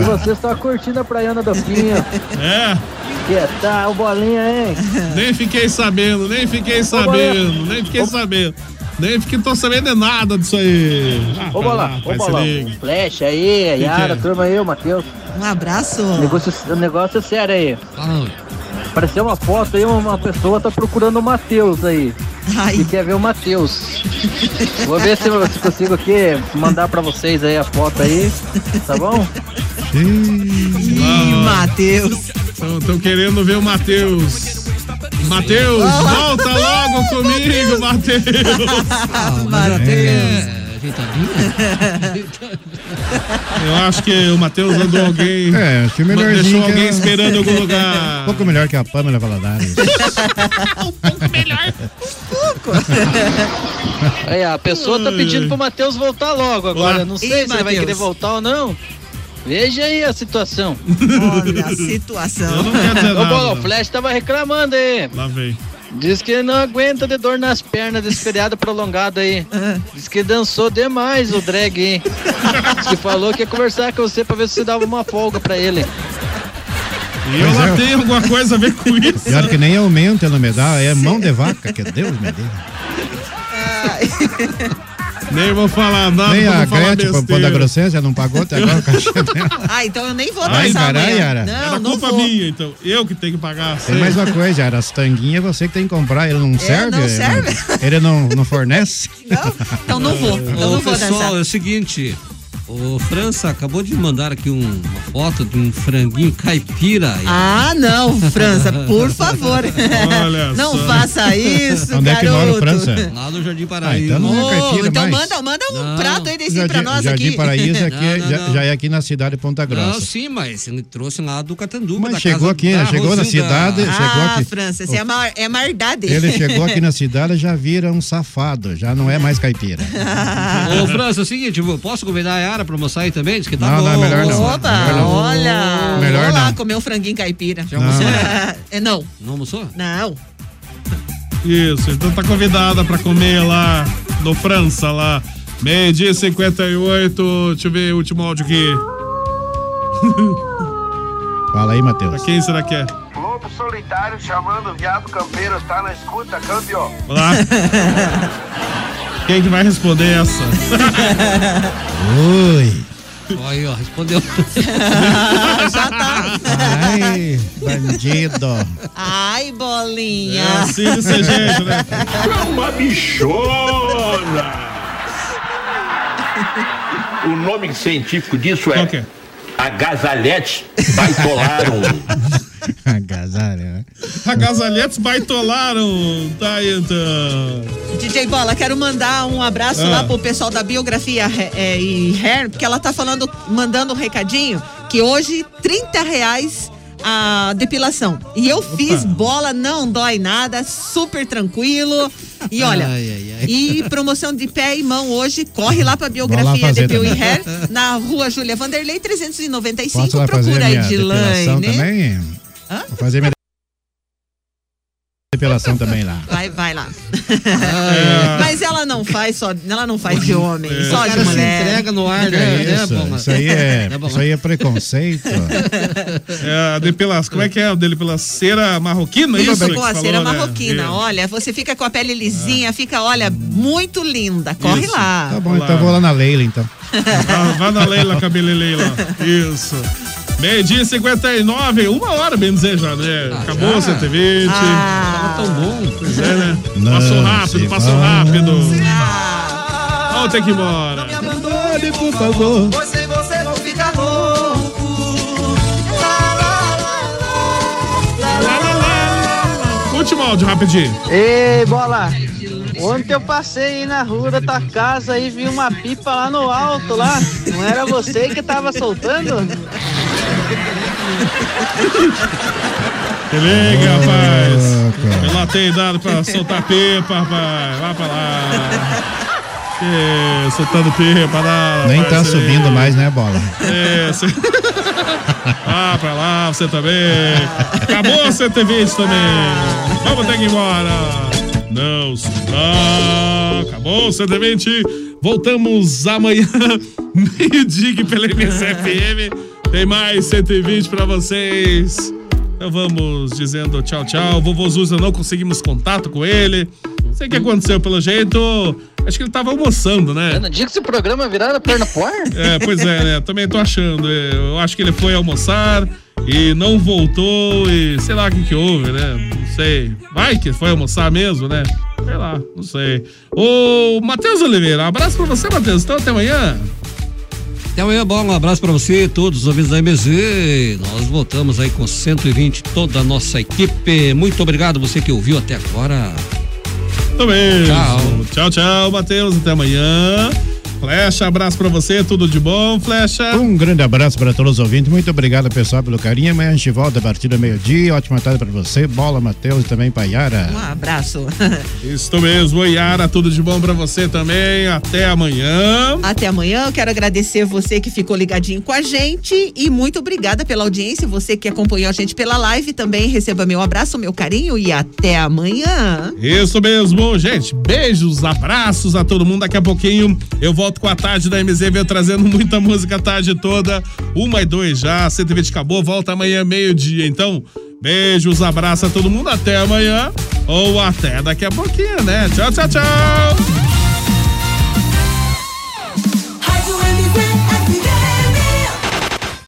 [SPEAKER 12] E você só curtindo a praiana do Pim, ó.
[SPEAKER 2] É.
[SPEAKER 12] Que tal, Bolinha, hein?
[SPEAKER 2] Nem fiquei sabendo, nem fiquei sabendo, nem fiquei sabendo. Nem fiquei tô sabendo de nada disso aí. Ah,
[SPEAKER 12] Ô,
[SPEAKER 2] vai
[SPEAKER 12] Bolão,
[SPEAKER 2] lá,
[SPEAKER 12] ô,
[SPEAKER 2] vai, se
[SPEAKER 12] Bolão.
[SPEAKER 2] liga.
[SPEAKER 12] Flecha aí, a
[SPEAKER 2] Que
[SPEAKER 12] Yara,
[SPEAKER 2] que é?
[SPEAKER 12] turma aí, o Matheus.
[SPEAKER 6] Um abraço.
[SPEAKER 12] Negócio, o negócio é sério aí. Apareceu uma foto aí, uma pessoa tá procurando o Matheus aí. E quer ver o Matheus. Vou ver se eu se consigo aqui mandar pra vocês aí a foto aí, tá bom?
[SPEAKER 2] Ih,
[SPEAKER 6] Matheus.
[SPEAKER 2] Estão querendo ver o Matheus. Matheus,
[SPEAKER 9] Ah.
[SPEAKER 2] volta logo comigo, Matheus.
[SPEAKER 6] É, né?
[SPEAKER 2] Eu acho que o Matheus andou alguém.
[SPEAKER 9] É, acho que melhorzinho.
[SPEAKER 2] Deixou
[SPEAKER 9] que
[SPEAKER 2] alguém
[SPEAKER 9] a-
[SPEAKER 2] esperando em algum lugar.
[SPEAKER 9] Um pouco melhor que a Pamela Valadares.
[SPEAKER 12] Aí, a pessoa tá pedindo pro Matheus voltar logo agora. Não sei
[SPEAKER 6] Ih,
[SPEAKER 12] se ele vai
[SPEAKER 6] Matheus.
[SPEAKER 12] querer voltar ou não. Veja aí a situação.
[SPEAKER 6] Olha a situação.
[SPEAKER 12] O Bola, o Flash tava reclamando aí.
[SPEAKER 2] Lá vem.
[SPEAKER 12] Diz que não aguenta de dor nas pernas desse feriado prolongado aí. Diz que dançou demais o drag, hein? Diz que falou que ia conversar com você pra ver se você dava uma folga pra ele.
[SPEAKER 2] E eu lá tenho alguma coisa a ver com isso.
[SPEAKER 9] é. Pior que nem aumenta no me dá, é mão de vaca, que Deus me dê.
[SPEAKER 2] Nem vou falar nada,
[SPEAKER 9] Nem
[SPEAKER 2] pra
[SPEAKER 9] a
[SPEAKER 2] não falar
[SPEAKER 9] Gretchen, por
[SPEAKER 2] besteira.
[SPEAKER 9] da grossência, não pagou até agora o cachê dela.
[SPEAKER 6] Ah, então eu nem vou
[SPEAKER 9] Ai,
[SPEAKER 6] dançar
[SPEAKER 9] caralho,
[SPEAKER 6] amanhã.
[SPEAKER 9] Yara.
[SPEAKER 6] Não,
[SPEAKER 2] Era
[SPEAKER 6] não
[SPEAKER 2] culpa
[SPEAKER 6] vou.
[SPEAKER 2] minha, então. Eu que tenho que pagar.
[SPEAKER 9] Tem
[SPEAKER 2] sei.
[SPEAKER 9] mais uma coisa, Yara, as tanguinhas é você que tem que comprar, ele não serve?
[SPEAKER 6] não serve.
[SPEAKER 9] Ele não, não fornece?
[SPEAKER 6] Então não vou. Então
[SPEAKER 5] Ô,
[SPEAKER 6] não vou
[SPEAKER 5] pessoal,
[SPEAKER 6] dançar.
[SPEAKER 5] é o seguinte. O França acabou de mandar aqui um- uma foto de um franguinho caipira.
[SPEAKER 6] Ah, não, França, por favor.
[SPEAKER 5] Olha
[SPEAKER 6] não
[SPEAKER 5] só.
[SPEAKER 6] faça isso,
[SPEAKER 5] Onde é que
[SPEAKER 6] garoto.
[SPEAKER 5] mora o França? Lá no Jardim Paraíso.
[SPEAKER 9] Ah, então não é
[SPEAKER 6] Ô,
[SPEAKER 9] caipira
[SPEAKER 6] então
[SPEAKER 9] mais.
[SPEAKER 6] manda, manda um prato aí desse aí pra
[SPEAKER 9] Jardim,
[SPEAKER 6] nós
[SPEAKER 9] Jardim
[SPEAKER 6] aqui.
[SPEAKER 9] Paraíso aqui é-
[SPEAKER 5] Não, não,
[SPEAKER 9] já,
[SPEAKER 5] não.
[SPEAKER 9] já é aqui na cidade de Ponta Grossa.
[SPEAKER 5] Não, sim, mas ele trouxe lá do Catanduba.
[SPEAKER 9] Mas
[SPEAKER 5] da
[SPEAKER 9] chegou
[SPEAKER 5] casa
[SPEAKER 9] aqui,
[SPEAKER 5] da
[SPEAKER 9] né? Chegou na
[SPEAKER 5] Rosilda.
[SPEAKER 9] cidade, chegou
[SPEAKER 6] Ah,
[SPEAKER 9] aqui.
[SPEAKER 6] França, essa é a maior, é a maiordade.
[SPEAKER 9] Ele chegou aqui na cidade já vira um safado, já não é mais caipira.
[SPEAKER 6] Ah.
[SPEAKER 5] Ô, França, é o seguinte, eu posso convidar a Yara pra almoçar aí também? Diz que tá
[SPEAKER 9] Não,
[SPEAKER 5] bom.
[SPEAKER 9] não, melhor não.
[SPEAKER 6] Opa,
[SPEAKER 9] Melhor não.
[SPEAKER 6] olha.
[SPEAKER 9] Melhor
[SPEAKER 6] vou lá
[SPEAKER 9] não.
[SPEAKER 6] comer um franguinho caipira. Já
[SPEAKER 9] almoçou?
[SPEAKER 6] É, não.
[SPEAKER 5] Não almoçou?
[SPEAKER 6] Não.
[SPEAKER 2] Isso, então tá convidada pra comer lá no França, lá. Meio dia e 58. Deixa eu ver o último áudio aqui.
[SPEAKER 9] Fala aí, Matheus.
[SPEAKER 2] Pra quem será que é?
[SPEAKER 17] Lobo solitário chamando viado campeiro, tá na escuta, câmbio.
[SPEAKER 2] Olá. quem que vai responder essa?
[SPEAKER 9] Oi.
[SPEAKER 5] Aí, ó, respondeu.
[SPEAKER 6] Já tá.
[SPEAKER 9] Ai, bandido.
[SPEAKER 6] Ai, bolinha.
[SPEAKER 1] É assim desse jeito,
[SPEAKER 2] né?
[SPEAKER 18] É
[SPEAKER 1] Uma bichona!
[SPEAKER 18] O nome científico disso é agasalhete baitolarum.
[SPEAKER 9] Agasalha, né?
[SPEAKER 2] Agasalhetes baitolaram. Tá aí, então.
[SPEAKER 6] DJ Bola, quero mandar um abraço
[SPEAKER 2] Ah.
[SPEAKER 6] lá pro pessoal da Biografia eh, e Hair, porque ela tá falando, mandando um recadinho que hoje 30 reais a depilação. E eu fiz bola, não dói nada, super tranquilo. E olha,
[SPEAKER 5] Ai, ai, ai.
[SPEAKER 6] e promoção de pé e mão hoje, corre lá pra biografia
[SPEAKER 9] fazer
[SPEAKER 6] de Bill e
[SPEAKER 9] também.
[SPEAKER 6] Hair, na rua Júlia Vanderlei, 395.
[SPEAKER 9] Posso lá fazer
[SPEAKER 6] Procura
[SPEAKER 9] a
[SPEAKER 6] aí, né?
[SPEAKER 9] minha depilação
[SPEAKER 6] Dilaine.
[SPEAKER 9] também? Vou fazer minha depilação também lá.
[SPEAKER 6] Vai, vai lá. Ah,
[SPEAKER 2] É.
[SPEAKER 6] Mas ela não faz só, ela não faz de homem,
[SPEAKER 9] É.
[SPEAKER 6] só
[SPEAKER 9] O
[SPEAKER 6] de
[SPEAKER 9] cara se
[SPEAKER 6] mulher.
[SPEAKER 5] entrega
[SPEAKER 6] é
[SPEAKER 5] no
[SPEAKER 2] É
[SPEAKER 5] ar,
[SPEAKER 9] Ah, é
[SPEAKER 6] né,
[SPEAKER 9] Isso, isso aí né? é, isso aí é preconceito.
[SPEAKER 2] É, a depilação, como é que é? A depilaceira marroquina, isso? que
[SPEAKER 6] Com a
[SPEAKER 2] você
[SPEAKER 6] cera
[SPEAKER 2] falou, né?
[SPEAKER 6] marroquina,
[SPEAKER 2] Isso.
[SPEAKER 6] olha, você fica com a pele lisinha, fica, olha, muito linda. Corre
[SPEAKER 2] Isso.
[SPEAKER 6] lá.
[SPEAKER 9] Tá bom, então vou lá na Leila então.
[SPEAKER 2] Vá, vá na Leila, cabelelei lá. Isso. Meio-dia e 59, uma hora, bem dizer já, né? Acabou o 120.
[SPEAKER 5] Ah. Tava tão bom.
[SPEAKER 2] Pois é, né?
[SPEAKER 5] Não
[SPEAKER 2] passou
[SPEAKER 5] se
[SPEAKER 2] rápido, passou
[SPEAKER 5] vá.
[SPEAKER 2] rápido. Vamos ter que ir embora.
[SPEAKER 1] Abandone, por favor. Pois sem você vou ficar louco.
[SPEAKER 2] Último áudio, rapidinho.
[SPEAKER 22] Ei, bola! Ontem eu passei aí na rua da tua casa e vi uma pipa lá no alto lá. Não era você que tava soltando?
[SPEAKER 2] Se liga, rapaz. Eu lá tenho dado pra soltar pipa, rapaz. Vai pra lá. É, soltando pipa, lá,
[SPEAKER 9] Nem tá
[SPEAKER 2] rapaz, se liga.
[SPEAKER 9] subindo mais, né, bola?
[SPEAKER 2] É, você... Ah, pra lá, você também. Acabou o 120 também. Vamos ter que ir embora. Não, se dá. Acabou o 120. Voltamos amanhã, meio-dia aqui pela MSFM. Tem mais 120 pra vocês. Então vamos dizendo tchau, tchau. Vovô Zuza, não conseguimos contato com ele. Não sei o que aconteceu pelo jeito. Acho que ele tava almoçando, né?
[SPEAKER 12] Eu não digo que esse programa é virado perna por ar.
[SPEAKER 2] É, pois é, né? Também tô achando. É, Eu acho que ele foi almoçar e não voltou e sei lá o que que houve, né? Não sei. Vai que foi almoçar mesmo, né? Sei lá, não sei. Ô, Matheus Oliveira, um abraço pra você, Matheus. Então até amanhã.
[SPEAKER 5] Até amanhã, bola. Um abraço pra você, todos os ouvintes da MZ. Nós voltamos aí com 120, toda a nossa equipe. Muito obrigado você que ouviu até agora.
[SPEAKER 2] Também. Tchau, tchau, Matheus. Até amanhã. Flecha, abraço pra você, tudo de bom, Flecha.
[SPEAKER 9] Um grande abraço para todos os ouvintes. Muito obrigado, pessoal, pelo carinho. Amanhã a gente volta a partir do meio-dia. Ótima tarde para você, Bola, Matheus e também Paiara.
[SPEAKER 6] Um abraço.
[SPEAKER 2] Isso mesmo, Iara, tudo de bom pra você também. Até amanhã.
[SPEAKER 6] Até amanhã. Eu quero agradecer você que ficou ligadinho com a gente e muito obrigada pela audiência. Você que acompanhou a gente pela live também receba meu abraço, meu carinho e até amanhã.
[SPEAKER 2] Isso mesmo, gente. Beijos, abraços a todo mundo. Daqui a pouquinho eu volto com a tarde da MZV trazendo muita música a tarde toda. Uma e dois já, 120 acabou, volta amanhã, meio-dia. Então, beijos, abraço a todo mundo. Até amanhã ou até daqui a pouquinho, né? Tchau, tchau, tchau.
[SPEAKER 1] Rádio MZFM.